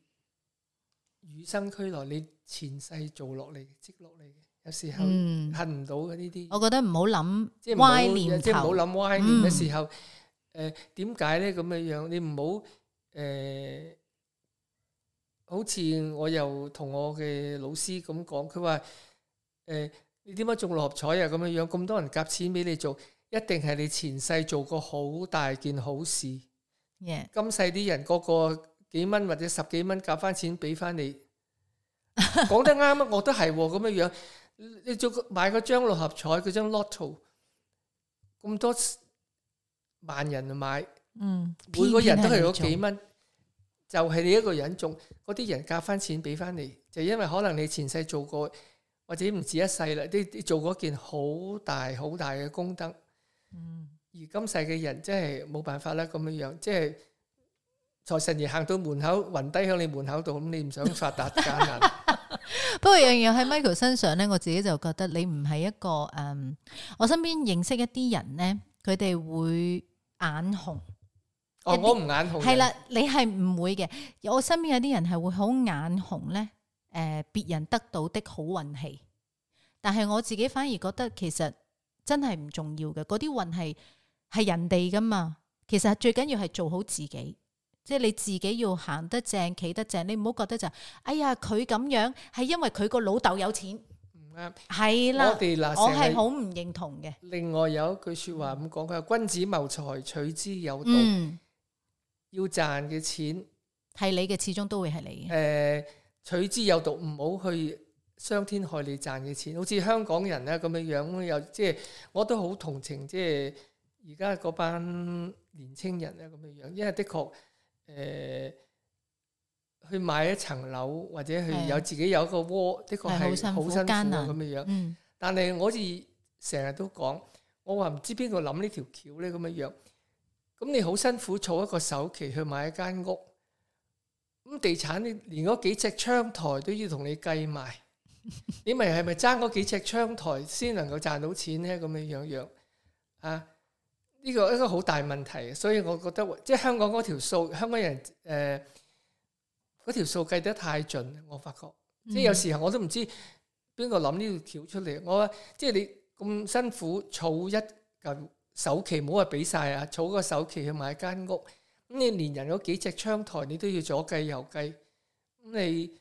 與生俱來，你前世做落嚟、積落嚟嘅，有時候嗯，恨唔到嘅呢啲。我覺得唔好諗即係唔好歪念即係唔好頭。諗歪念嗯嘅時候，誒點解咧咁嘅樣？你唔好誒，好似我又同我嘅老師咁講，佢話誒你點解中六合彩啊咁嘅樣？咁多人夾錢俾你做，一定係你前世做過好大件好事， Yeah，今世啲人個個幾蚊或者十幾蚊夾翻錢俾翻你， 講得啱啊！我都係喎咁嘅樣。你做個買嗰張六合彩嗰張 lotto，咁多萬人買，嗯每個人偏偏都係係嗰你中幾蚊，就係你一個人中，嗰啲人夾翻錢俾翻你，就因為可能你前世做過或者唔止一世啦，你你做過一件好大好大嘅功德。嗯而今世嘅人真係冇辦法啦，咁樣樣即係財神爺行到門口，暈低喺你門口度，咁你唔想發達艱 難。不過樣樣喺 Michael 身上咧，我自己就覺得你唔係一個誒、嗯我身邊認識一啲人咧，佢哋會眼紅。哦，一啲我唔眼紅。啊係，啦，你係唔會嘅。我身邊有啲人係會好眼紅咧，誒、別人得到的好運氣，但係我自己反而覺得其實真係唔重要嘅。嗰啲運氣係人哋噶嘛，其實最緊要係做好自己，即係你自己要行得正、企得正。你唔好覺得就係哎呀佢咁樣係因為佢個老豆有錢，唔嗯啱。係啦我，哋嗱，我係成日好唔認同嘅。另外有一句説話咁講，佢話君子謀財，取之有道。嗯，要賺嘅錢，誒、係你嘅，始終都會係你嘅。取之有道，唔好去傷天害理賺嘅錢。好似香港人咧咁樣樣，咁又即係我都好同情，即係而家嗰班年青人咧咁樣樣，因為的確誒、去買一層樓或者係去有自己有一個窩，的確係係好好辛辛苦苦啊艱難咁樣樣。嗯但係我好似成日都講，我話唔知邊個諗呢條橋咧咁樣樣。咁你好辛苦儲一個首期去買一間屋，咁地產你連嗰幾隻窗台都要同你計埋，你咪係咪爭嗰幾隻窗台先能夠賺到錢咧？咁樣樣樣啊？呢個一個好大問題，所以我覺得即係香港嗰條數，香港人誒嗰條數計得太盡，我發覺，即係嗯有時候我都唔知邊個諗呢條橋出嚟。我話即係你咁辛苦儲一嚿首期，唔好話俾晒啊，儲個首期去買間屋，咁你連人嗰幾隻窗台你都要左計右計，咁你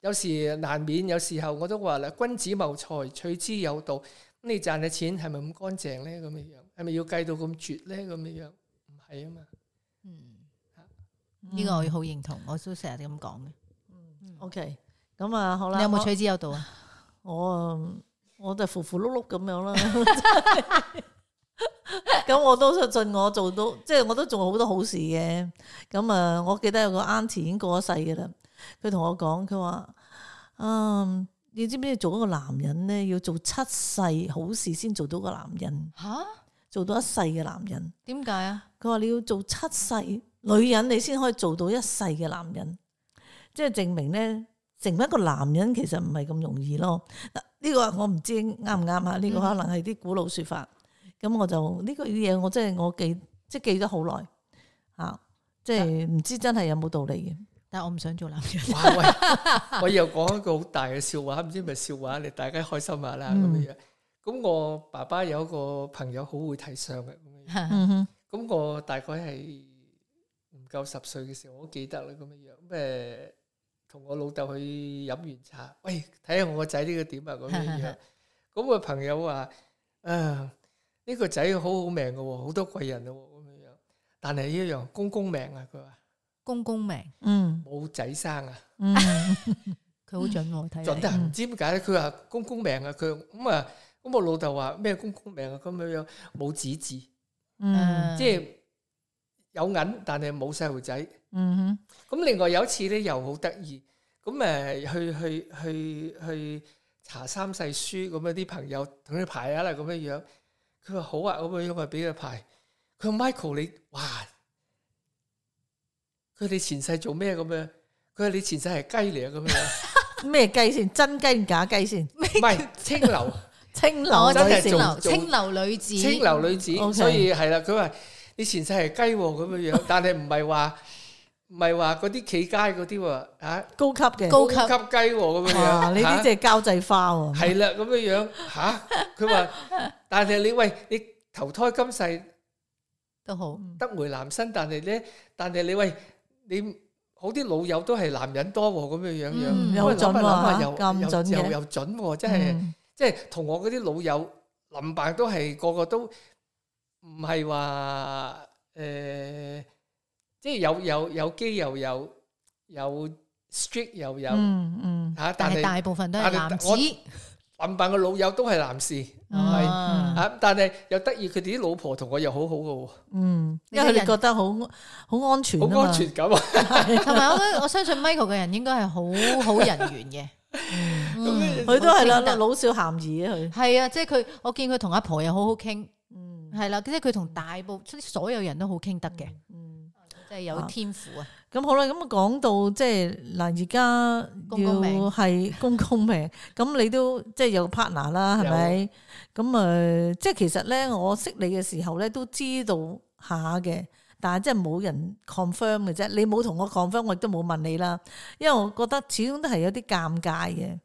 有時難免，有時候我都話啦，君子謀財，取之有道。咁你賺嘅錢係咪咁乾淨咧？咁嘅樣係咪要計到咁絕咧？咁嘅樣唔係啊嘛。呢個我好認同，我都成日咁講嘅。嗯 OK，咁啊好啦，你有冇取之有道啊？我啊，我就符符碌碌咁樣啦。咁我都盡我做到，即係我都做好多好事嘅。咁啊，我記得有個 auntie 已經過咗世噶啦，佢同我講，佢話：嗯，你知唔知做一個男人咧，要做七世好事先做到個男人， 吓？做到一世嘅男人。點解啊？佢話你要做七世女人，你先可以做到一世嘅男人，即係證明咧，成為一個男人其實唔係咁容易咯。嗱呢、個我唔知啱唔啱啊，呢、個可能係啲古老说法。咁我就呢、個嘢我真係我記即係記咗好耐啊，即係唔知真係有冇道理但係我唔想做男人。哇喂，我又講一個好大嘅笑話，唔知係咪笑話，你大家開心下啦咁嘅樣。咁我爸爸有一個朋友好會睇相嘅，咁樣嘅。嗯哼，咁我大概係唔夠十歲嘅時候，我都記得啦咁嘅樣。咁誒，同我老豆去飲完茶，喂，睇下我個仔呢個點啊咁嘅樣。咁個朋友話：，啊，呢、個仔好好命嘅喎，好多貴人咯咁嘅樣。但係一樣公公命啊，佢話 公公命，嗯冇仔生啊。 嗯，佢好準喎，睇嚟準得唔知點解咧？佢話公公命啊，佢咁啊，咁我老豆話咩公公命啊？咁樣樣冇子嗣，嗯嗯即係有銀，但係冇細路仔。嗯哼，咁另外有一次咧，又好得意，咁誒去去去去查三世書，咁樣啲朋友同佢排下啦，咁樣樣。佢話好啊，咁樣樣啊，俾佢排。佢話 Michael 你，哇！佢哋前世做咩咁樣？佢話你前世係雞嚟啊，咁樣咩雞先？真雞定假雞先？唔係清流。清我流真係真係女清性做，流做清流女子，清流女子， OK 所以係啦，佢話你前世係雞喎咁 樣樣，但係唔係話唔係話嗰啲企街嗰啲喎，啊高級嘅，高級級雞喎咁樣哇！樣，呢啲即係交際花喎。係啦咁樣樣吓，佢話但係你喂你投胎今世都好。得回男身，但係咧但係你喂你。好啲老友都係男人多喎，咁樣樣樣，嗯又咁啊諗下準喎嚇諗下又咁準又嘅又又準喎，真係。嗯即係同我嗰啲老友林伯都係個個都唔係話誒，即係有有有機又有有 strict 又有嚇、嗯嗯但啊但係係大部分都係男子但，係林伯嘅老友都係男士我係係嗯哦啊，但係又得意，佢哋啲老婆同我又好好嘅嗯，你因為個你人覺得好好安全啊喎，好嘛安，全感啊！ 同埋我我相信 Michael 嘅人應該係好好人 緣嘅。嗯佢都係好啦，傾得老少咸宜啊佢，係啊，即係佢，我見佢同阿婆又好好傾，嗯係啦，即係佢同大部所有人都好傾得嘅，嗯，即係有天賦啊。咁好啦，咁講到即係嗱，而家公公命要係公 公命，咁你都即係有個 partner 啦，係咪？咁誒，即係其實咧，我識你嘅時候咧，都知道下嘅。但係真係冇人 confirm 嘅啫，你冇同我 confirm，我亦都冇問你啦，因為我覺得始終都係有啲尷尬嘅。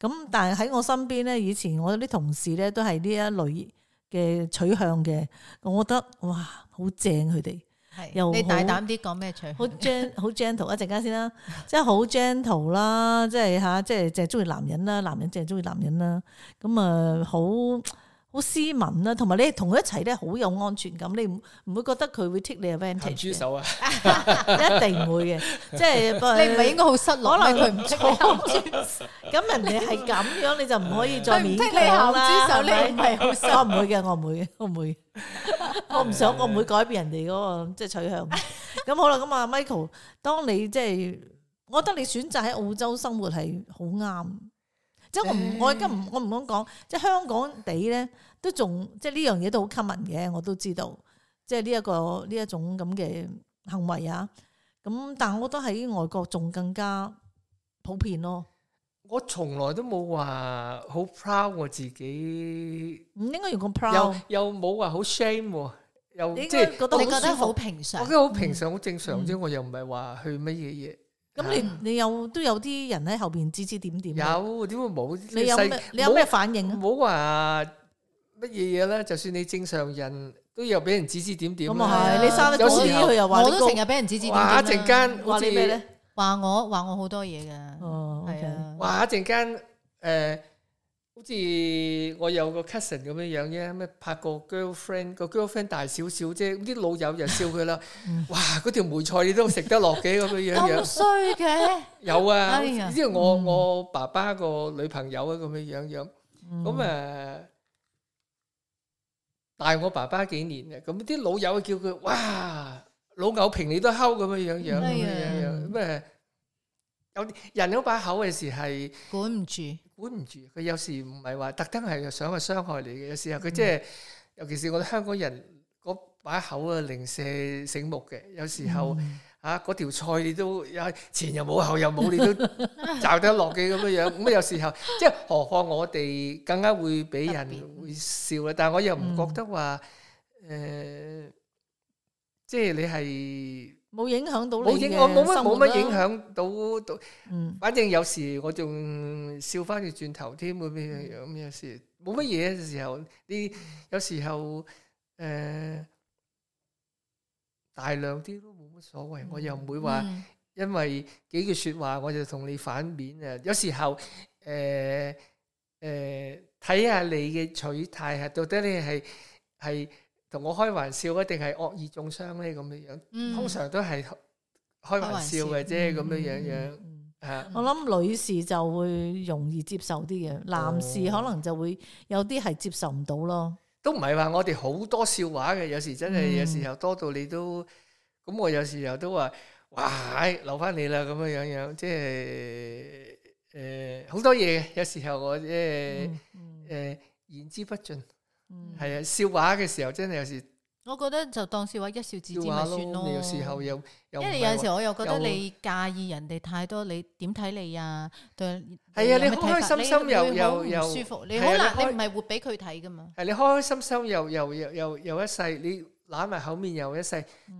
咁但係喺我身邊咧，以前我有啲同事咧都係呢一類嘅取向嘅，我覺得哇好正佢哋，係又好你大膽啲講咩取向？好 gen 好 gentle 一陣間先啦，即係好 gentle 啦，即係吓，即係淨係中意男人啦，男人淨係中意男人啦，咁啊好好斯文啦，同埋你同佢一齊咧好有安全感，你唔唔會覺得佢會 take 你 advantage 鹹嘅豬手啊，一定會嘅，即 係你唔係應該好失落咩？可能佢唔錯，咁人哋係咁樣，你就唔可以再佢唔勉剔你鹹強啦。豬手，係咪你唔係好失落我唔會嘅，我唔會嘅，我唔會。我 唔啊想，我唔會改變人哋嗰個即係取向。咁好啦，咁啊，Michael，當你即係，我覺得你選擇喺澳洲生活係好啱。即係我唔，我而家唔，我唔敢講，即係香港地咧都仲即係呢樣嘢都好 common 嘅，我都知道。即係呢一個呢一種咁嘅行為啊。咁但係我覺得喺外國仲更加普遍咯。我從來都冇話好 proud 我自己，唔應該用咁又 proud。又冇話好 shame 喎，又你應即該係覺得你覺得好好舒服。平我常覺，得好平常、好正常啫。嗯我又唔係話去乜嘢嘢。咁你你有都有啲人喺後邊指指點點嘅。啊有點會冇？你有世咩你有咩反應啊？唔好話乜嘢嘢啦，就算你正常人都有俾人指指點點咁係啊啦。係，你生得高有時啲，候佢又話我你都高成。日俾人指指點點啦哇！一陣間好話似你咩咧？話我話我好多嘢嘅，哦係，OK，啊，哇！一陣間誒，好似我有個 cousin 咁樣樣啫，咩拍個 girlfriend，個 girlfriend 大少少啫，咁啲老友就笑佢 啦。哇！嗰條梅菜你都食得落嘅咁樣樣咁樣，衰 嘅，有啊哎呀！即係我嗯我爸爸個女朋友啊咁樣樣樣，嗯嗯咁誒。呃大我爸爸幾年嘅，咁啲老友叫佢，哇，老牛平你都溝咁樣樣樣咁哎呀樣樣，咁誒有啲人嗰把口嘅時係。管唔住，管唔住，佢有時唔係話特登係想去傷害你嘅，有時候佢即係，尤其是我哋香港人嗰把口啊，零舍醒目嘅，有時候啊嗰條菜你都有前又冇後又冇，你都嚼得落嘅咁樣樣。咁啊有時候即係何況我哋更加會俾人特別會笑啦，但係我又唔覺得話誒、呃即係你係冇影響到你冇影，我冇乜冇乜影響。響到到。嗯，反正有時我仲笑翻佢轉頭添，會咩咁有時冇乜嘢嘅時候，你有時候誒、呃大量啲都冇乜所謂，我又唔會話嗯因為幾句説話我就同你反面啊。有時候誒誒睇下你嘅取態係到底你係係同我開玩笑啊，定係惡意中傷咧咁樣樣，嗯通常都係開玩笑嘅啫咁樣樣樣哦嗯。嗯啊。我諗女士就會容易接受啲嘅，男士可能就會有啲係接受唔到咯。都唔係話我哋好多笑話嘅，有時真係、嗯有時候多到你都咁，我有時候都話哇，唉留翻你啦咁樣樣樣，即係誒好多嘢嘅，有時候我即係嗯誒言之不盡，嗯係啊、笑話嘅時候真係有時我覺得就當笑話一笑置之笑咪話算咯，咯。你有時候又又唔因為係有陣時話我又覺得又你介意人哋太多，你點睇你啊？對係啊有咩你睇法開心心你又會又好唔又舒服，你係好啊難，你開你唔係活俾佢睇噶嘛？係你開開心心又又又又又一世，你攬埋口面又一世，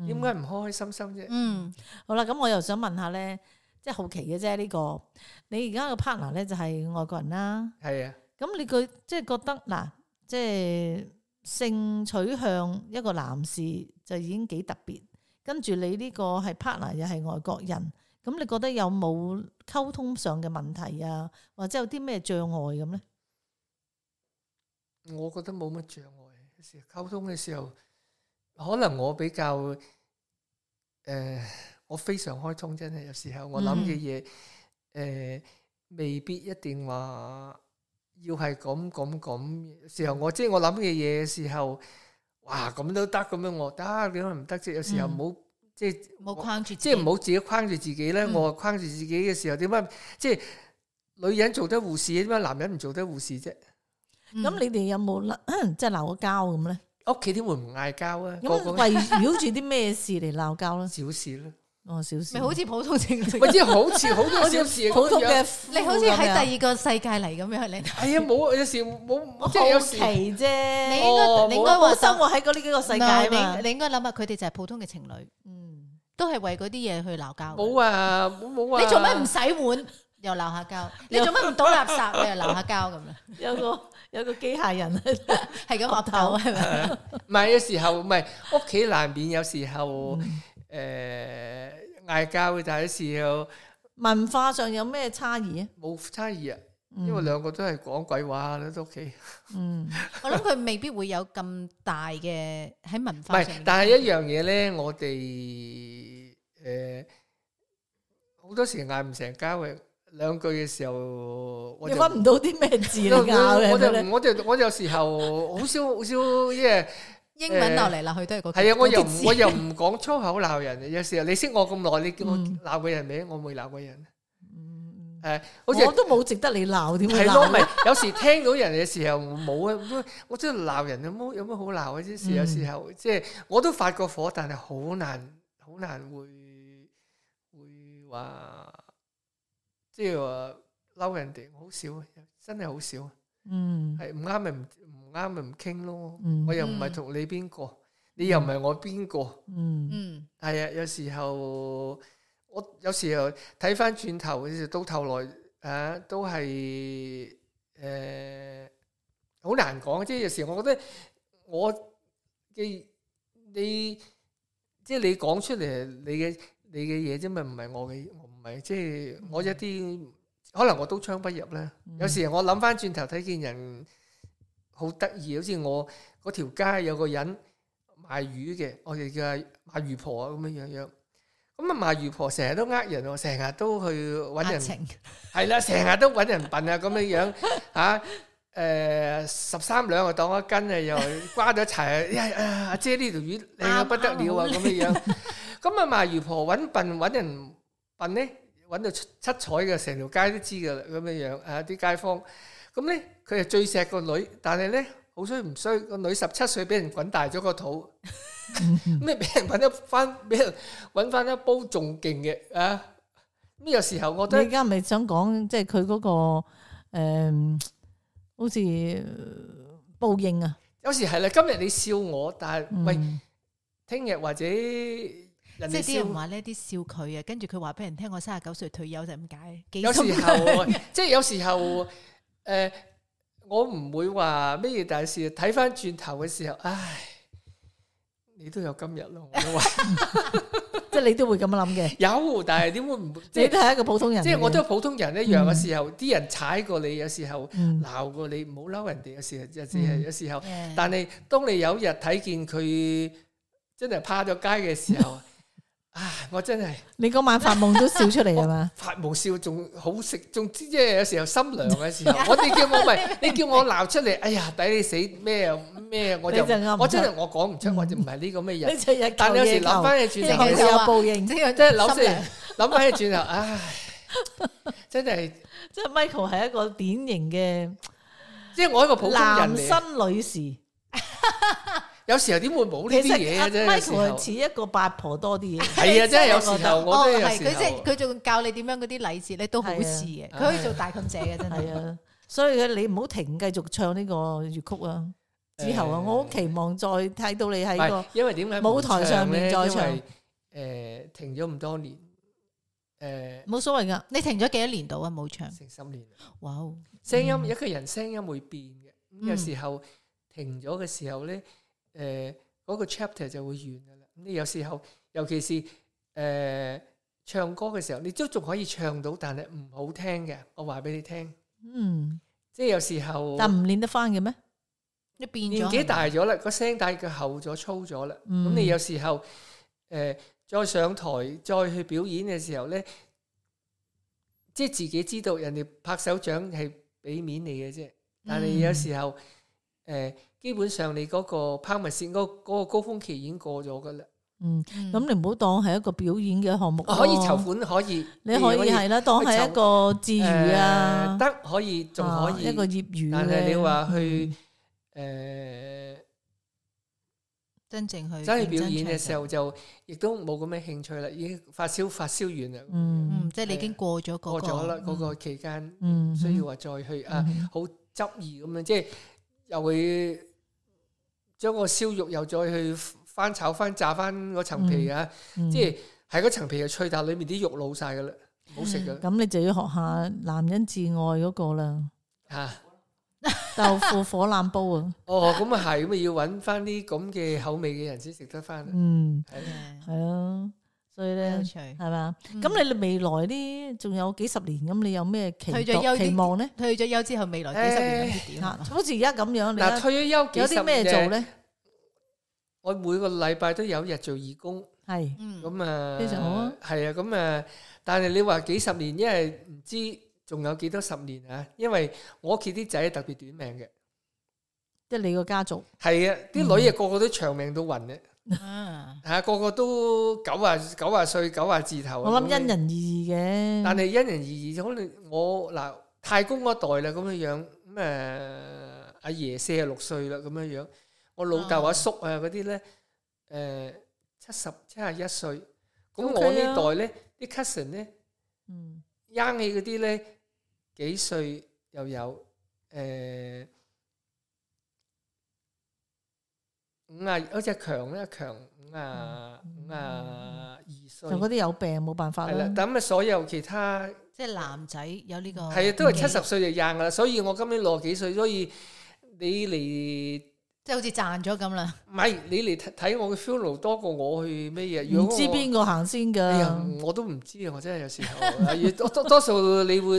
點解唔開開心心啫？嗯，好啦，咁我又想問下咧，即係好奇嘅啫呢個。你而家個 partner 咧就係外國人啦，係啊，咁你佢即係覺得嗱，即係性取向一個男士就已經幾特別，跟住你呢個係 partner 又係外國人，咁你覺得有冇溝通上嘅問題啊，或者有啲咩障礙咁咧？我覺得冇乜障礙。有時溝通嘅時候，可能我比較誒、呃我非常開通，真係有時候我諗嘅嘢誒，未必一定話要係咁咁咁。有時候我即係我諗嘅嘢嘅時候，哇咁都得咁樣我得，點解唔得啫？有時候唔好即係冇框住自己，即係唔好自己框住自己咧。嗯我框住自己嘅時候，點解即係女人做得護士，點解男人唔做得護士啫？嗯咁你哋有冇啦 即係鬧過交咁咧？屋企點會唔嗌交啊？個個咁圍繞住啲咩事嚟鬧交咧？小事啦，哦，少少，咪好似普通正常，或者好似好多小事普通嘅，你好似喺第二個世界嚟咁樣， 你係啊，冇有時我冇即係好有時奇啫，你你應該哦你應該話我生活喺嗰呢幾個世界啊嘛你，你應該諗下佢哋就係普通嘅情侶，嗯，都係為嗰啲嘢去鬧交嘅。冇啊，冇冇啊，你做乜唔洗碗又鬧下交？ 你做乜唔倒垃圾你又 鬧下交咁樣？有個有個機械人喺度，係咁岌頭係咪？唔係有時候唔係屋企難免有時候誒嗌交，但係有時候文化上有咩差異啊？冇差異啊，嗯因為兩個都係講鬼話啦，都屋企唔嗯， 我諗佢未必會有咁大嘅喺文化上係，面。但係一樣嘢咧，我哋誒好多時嗌唔成交嘅兩句嘅時候，我你就揾唔到啲咩字我嚟拗嘅我咁咧就我就我有時候好少好少，因為英文落嚟落去都係嗰句係啊，我又嗰啲唔字我又唔講粗口鬧人嘅。有時候你識我咁耐，你叫我嗯鬧過人未？我未鬧過人。嗯，誒，好似我都冇值得你鬧點會係咯，鬧？咪有時聽到人嘅時候冇啊，咁我真係鬧人有冇有乜好鬧嘅啫？嗯有時候即係我都發過火，但係好難好難會會話即係話嬲人哋，好少啊，真係好少啊。嗯係唔啱咪唔唔啱咪唔傾咯嗯。我又唔係同你邊個，你又唔係我邊個。嗯，嗯，係啊，有時候我有時候睇翻轉頭，其實到頭來啊，都係誒好難講。即係有時我覺得我嘅你，即係你講出嚟係你嘅你嘅嘢啫嘛，唔係我嘅，我唔係即係我一啲可能我刀槍不入咧。嗯有時我諗翻轉頭睇見人好得意，好似我嗰條街有個人賣魚嘅，我哋叫佢賣魚婆啊咁樣樣樣。咁啊賣魚婆成日都呃人喎，成日都去揾壓人，情，係啦，成日都揾人笨啊咁樣樣嚇。誒十三兩啊，當一斤啊，又瓜咗柴啊！呀啊，阿姐呢條魚靚到不得了啊，啱啱咁樣樣。咁啊賣魚婆揾笨揾人笨咧，揾到七七彩嘅，成條街都知噶啦，咁樣樣啊啲街坊。咁咧佢係最錫個女，但係咧好衰唔衰，個女十七歲俾人滾大咗個肚，咁你俾人揾一翻，俾人揾翻一煲仲勁嘅啊！咁有時候我覺你得而家咪想講，即係佢嗰個诶、嗯好似呃報應啊，有時係啦，今日你笑我，但係喂，嗯聽日或者人即哋係啲人笑，話呢啲笑佢啊，跟住佢話俾人聽我三十九歲退休就係咁解，幾有時心 候 即係有時候誒，我唔會話咩嘢大事，睇翻轉頭嘅時候，唉，你都有今日咯，我都話。 即係你都會咁樣諗嘅，有，但係點會 唔即你係都係一個普通人嚟嘅，即係我都係普通人一樣嘅嗯時候，啲人踩過你，有時候嗯鬧過你，唔好嬲人哋，有時候有時嗯有時候，誒但係當你有一日睇見佢真係趴咗街嘅時 候，啊！我真係你嗰晚發夢都笑出嚟係 嘛？發夢笑，仲好食，仲即係有時候心涼嘅 時候，我哋叫我喂，你叫我鬧出嚟，哎呀，抵你死咩啊咩，我就你就噏唔出嗯我真係我講唔出，我就唔係呢個咩你人。就日但你有時諗翻起轉頭日求嘅時就候夜有求報應即。係即係諗心涼住諗翻起轉頭，唉，真係即係 Michael 係一個典型嘅即係我一個普通男人嚟，生女士。有時候點會冇呢其啲實嘢阿嘅啫？有時 Michael 係候似一個八婆多啲嘅， 係啊，真係有我覺時得候我都哦有係佢時即係候佢仲教你點樣嗰啲禮節咧，都好事嘅。係佢啊可以做大妗姐嘅真係係。啊。所以你唔好停，繼續唱呢個粵曲啊！之後啊，誒我好期望再睇到你唔喺係個因為點解舞台上面再唱誒停咗咁多年，誒冇所謂噶。你停咗幾多年度啊？冇唱，成十年，哇哦！聲嗯音一個人聲音會變嘅，咁有嗯時候停咗嘅時候咧，誒嗰個 chapter 就會完㗎啦。咁你有時候尤其是誒唱歌嘅時候，你都仲可以唱到，但係唔好聽嘅，我話俾你聽。嗯，即係有時候但唔練得翻嘅咩？你變咗年紀係咪大咗啦，個聲帶佢厚咗、粗咗啦。咁、嗯你有時候誒、呃再上台、再去表演嘅時候咧，即係自己知道人哋拍手掌係俾面你嘅啫。但嗯係有時候誒、呃基本上你嗰個拋物線嗰嗰個高峰期已經過咗噶啦。嗯，嗯咁你唔好當係一個表演嘅項目咯，可以籌款，可以哦你可以係啦，當係一個自誒娛啊，得可以仲可啊一以。個業餘但係嘅你話去誒。呃真正去真係認表演唱嘅時就，候就亦都冇咁嘅興趣啦，已經發燒發燒完啦，嗯嗯，即係你已經過咗嗰個過咗啦，嗰個嗯期間嗯需要話再去啊，嗯好執意咁樣，即係又會將個燒肉又再去翻炒翻炸翻嗰層皮啊，嗯即係喺嗰層皮就脆，但係裡面啲肉老晒噶啦，唔好食噶啦咁你就要學下男人至愛嗰個啦，嚇。豆腐火腩煲 啊，哦，咁啊係，咁啊要揾翻啲咁嘅口味嘅人先食得啊翻。嗯，係嘅係啊，所以好咧有趣。係嘛，嗯咁你未來呢，仲有幾十年，咁你有咩期退咗休待期望咧？退咗休之後，未來幾十年諗住點吓，啊？好似而家咁樣，你嗱，而家退咗休幾啊有十啲咩年做嘅？咧？我每個禮拜都有一日做義工。係，嗯，咁啊，非常好啊係啊，咁啊，但係你話幾十年，因為唔知仲有幾多十年啊，因為我屋企啲仔特別短命嘅，即係你個家族，係啊，嗯啲女啊個個都長命到暈嘅，啊嚇個個都九啊九啊歲九啊字頭啊。我諗咁樣因人而異嘅，但係因人而異，可能我嗱太公嗰代啦咁樣樣，咁誒阿爺四十六歲啦咁樣樣，我老豆哦阿叔啊嗰啲咧誒七十七十一歲，咁 OK 我呢啊代咧啲 cousin 咧。嗯啱起嗰啲咧，幾歲又有誒、呃五五啊，好似阿強咧，強五啊五啊二歲，就嗯嗰啲有病冇辦法係啦。啦。咁啊，所有其他即係男仔有呢個哦係啊，都係年紀七十歲就硬噶啦。所以我今年六十幾歲，所以你嚟即係好似賺咗咁啦。唔係你嚟睇睇我嘅 funeral 多過我去咩嘢？如唔果知我邊個啊行先哎呀㗎，，我都唔知啊！我真係有時候， 多多多數你會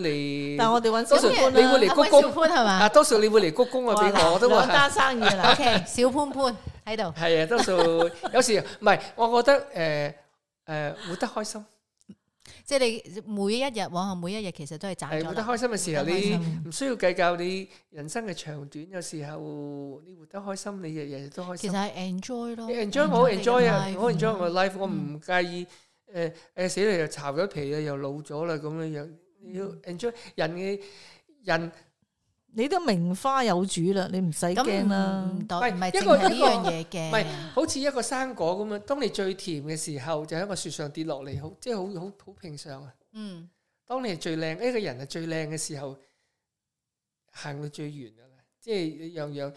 但係嚟，我哋揾多小數潘你會啦嚟阿鞠喂小躬潘係嘛啊，多數你會嚟鞠躬啊，俾我，我都兩話單生意 啦。 ？OK，小潘潘喺度。係啊，多數 有時唔係，我覺得誒誒活得開心，即係你每一日往後每一日其實都係賺係咗活得啦。開心嘅時候，活得開你心唔需要計較你人生嘅長短。有時候你活得開心，你日日都開其心實。係 enjoy 咯嗯你 enjoy 我好 enjoy 啊，你嘅 life 嗯我好 enjoy 我 life，我唔介意誒誒死啦又巢咗皮啊，又老咗啦咁樣樣，你要嗯 enjoy 人嘅人你都名花有主啦，你唔使咁驚啦唔。代喂唔係一淨個係呢一個樣嘢唔係嘅。好似一個生果咁樣，當你最甜嘅時候就喺個樹上跌落嚟，好即係好好好平常啊。嗯，當你係最靚哎一個人係最靚嘅時候，行到最遠噶啦，即係你樣樣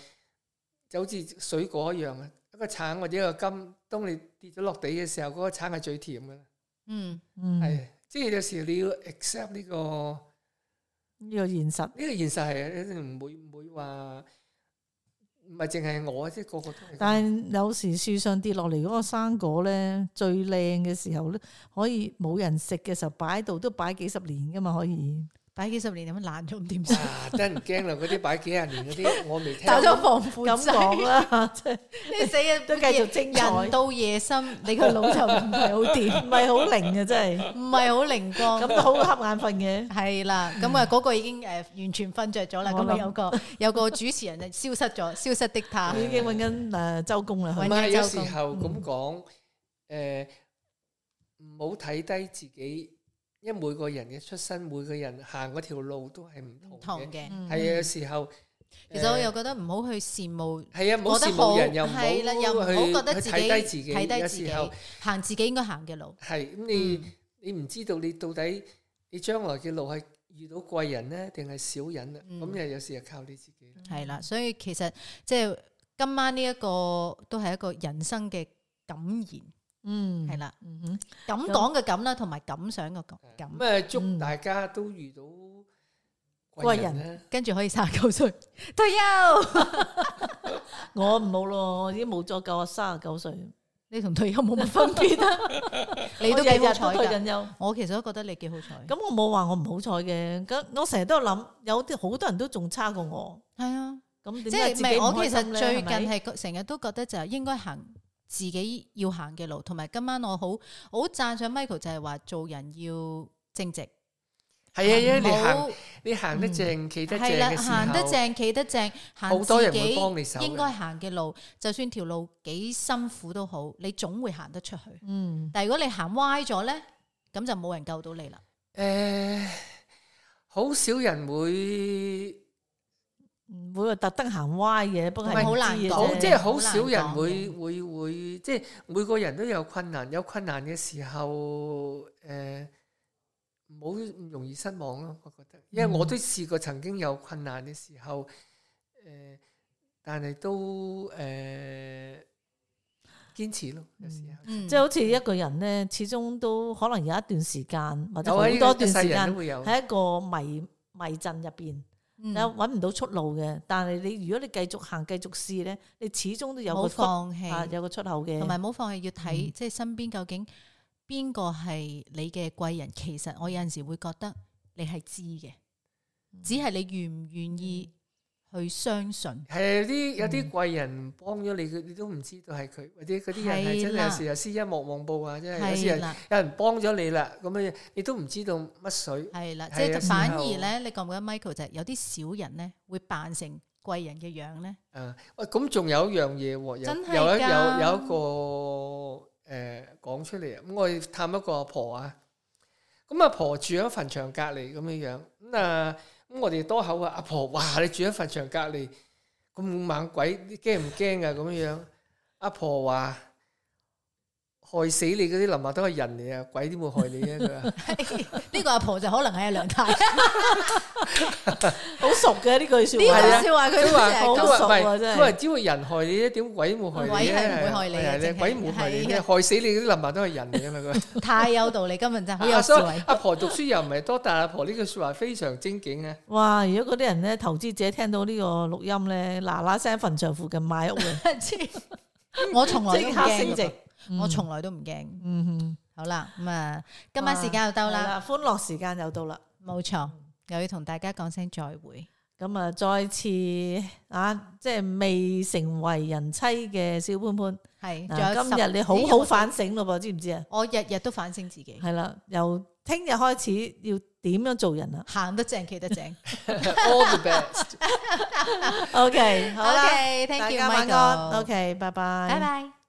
就好似水果一樣啊。一個橙或者一個柑，當你跌咗落地嘅時候，嗰、個橙係最甜噶啦。嗯，嗯，係，即係有時你要 accept 呢、個呢、呢個現實。個現實係一定唔會唔會話唔係淨係我，即係個個都係咁。但係有時樹上跌落嚟嗰個生果咧，最靚嘅時候咧，可以冇人食嘅時候擺喺度都擺幾十年噶嘛，可以。擺幾十年咁樣爛咗咁點算？啊，真唔驚啦！嗰啲擺幾廿年嗰啲，我未聽打 過。咗防腐咁講劑，啦，即 係你死啊！ 都繼續精彩，人唔到夜深，你個腦就 唔係好掂，係好靈嘅 真係，唔係好靈光。 咁都好瞌眼瞓嘅。係啦，咁啊嗰個已經诶完全瞓着咗啦，我咁諗啊有個有個主持人就消失咗，消失的他。已經揾緊诶周公啦，唔搵係嘢有周時公嗯候咁講，誒唔好睇低自己，因為每個人嘅出身，每個人行嗰條路都係唔唔同同嘅。嘅，嗯係啊，有時候其實我誒又覺得唔好去羨慕，係啊，唔好覺得羨好慕人，又唔係啦，又唔好去好覺得去自己睇低自己。睇低有自己時候行自己應該行嘅路。係咁，你嗯你唔知道你到底你將來嘅路係遇到貴人呢，定係小人啊？嗯咁又有時係靠你自己啦。係啦，所以其實即係今晚呢一個都係一個人生嘅感言，嗯，係啦，嗯哼，感講嘅感啦，同埋感想嘅感，咁啊，祝嗯大家都遇到貴貴人啦。跟住可以三十九歲退休。 我唔好咯，我已經冇咗夠啊，三十九歲，你同退休冇乜分別啊！ 你都我日幾日好都彩退㗎。緊休。我其實都覺得你幾好彩。咁我冇話我唔好彩嘅，咁我成日都有諗，有啲好多人都仲差過我，係啊，咁點即解係唔自己係？唔我開其心實咧最係近咪係成日都覺得就係應該行自己要行嘅路，同埋今晚我好我好讚賞 Michael 就係話做人要正直，係啊，因為你唔好行。你行得正，企得正嗯係啦，嘅時候，行得正，企得正，行好多人自己會幫你手嘅應該行嘅路，就算條路幾辛苦都好，你總會行得出去。嗯，但係如果你行歪咗咧，咁就冇人救到你啦。誒，好少人會，唔會話特登行歪嘅，不過唔係係好唔知難嘅講好啫即係好少人好難講會嘅會會，即係每個人都有困難，有困難嘅時候，誒，唔好咁容易失望咯。我覺得，因為我都試過曾經有困難嘅時候，誒，但係都誒堅持咯，有時候嗯，即係好似一個人咧，始終都可能有一段時間或者有好啊多一段世時人間都會有。喺一個迷迷陣入邊，嗯你揾唔到出路嘅。但係你如果你繼續行、繼續試咧，你始終都有冇個出放啊，棄，嗯有個出口嘅。同埋冇放棄要睇，嗯即係身邊究竟邊個係你嘅貴人。其實我有陣時會覺得你係知嘅，只係你願唔願意去相信。係有嗯啲有啲貴人幫咗你，佢你都唔知道係佢，或者嗰啲人係係真係啦有時又施恩莫望報啊！真係有時係人啦，有人幫咗你啦，咁樣你都唔知道乜水。係啦，即係有係時反而候咧，你覺唔覺得 Michael 就係有啲小人咧會扮成貴人嘅樣咧？啊，喂，咁仲有一樣嘢喎，有真係有一有㗎有一個誒講出嚟啊！咁我去探一個阿婆啊，咁阿婆住喺墳場隔離咁樣樣，咁啊咁我哋多口啊，阿婆，哇！你住喺墳場隔離咁猛鬼，你驚唔驚啊？咁樣樣，阿婆話害死你嗰啲林默都係人嚟啊，鬼點會害你啊？佢話呢個阿婆就可能係阿梁太，呢好熟嘅呢句说話。句笑話佢都話啊都都成日好話熟唔啊係，真係都話只會人害你啫，點鬼會害你鬼係唔會啫害你嘅係啊淨係鬼唔會害你係啫，啊害死你嗰啲林默都係人嚟啊嘛佢話。咁太有道理，今日真係好阿有智所以慧。阿婆讀書又唔係多，但阿婆呢句说話非常精警啊！哇！如果嗰啲人咧，投資者聽到呢個錄音咧，嗱嗱聲墳場附近買屋啊， 我從來都唔即刻升驚，值。我從來都唔驚。嗯好啦，咁啊，今晚時間又哼，到係啦，啦，歡樂時間又到啦。冇錯，又要同大家講聲再會。咁啊，再次啊，即係未成為人妻嘅小潘潘，係，仲有嗱十今日你好好，反省咯噃，知唔知啊？我日日都反省自己，係啦，由聽日開始要點樣做人 啊行得正，企得正。 All the best。 ？OK，好啦， OK，thank 大 you，家晚 Michael 安。OK，拜拜，拜拜。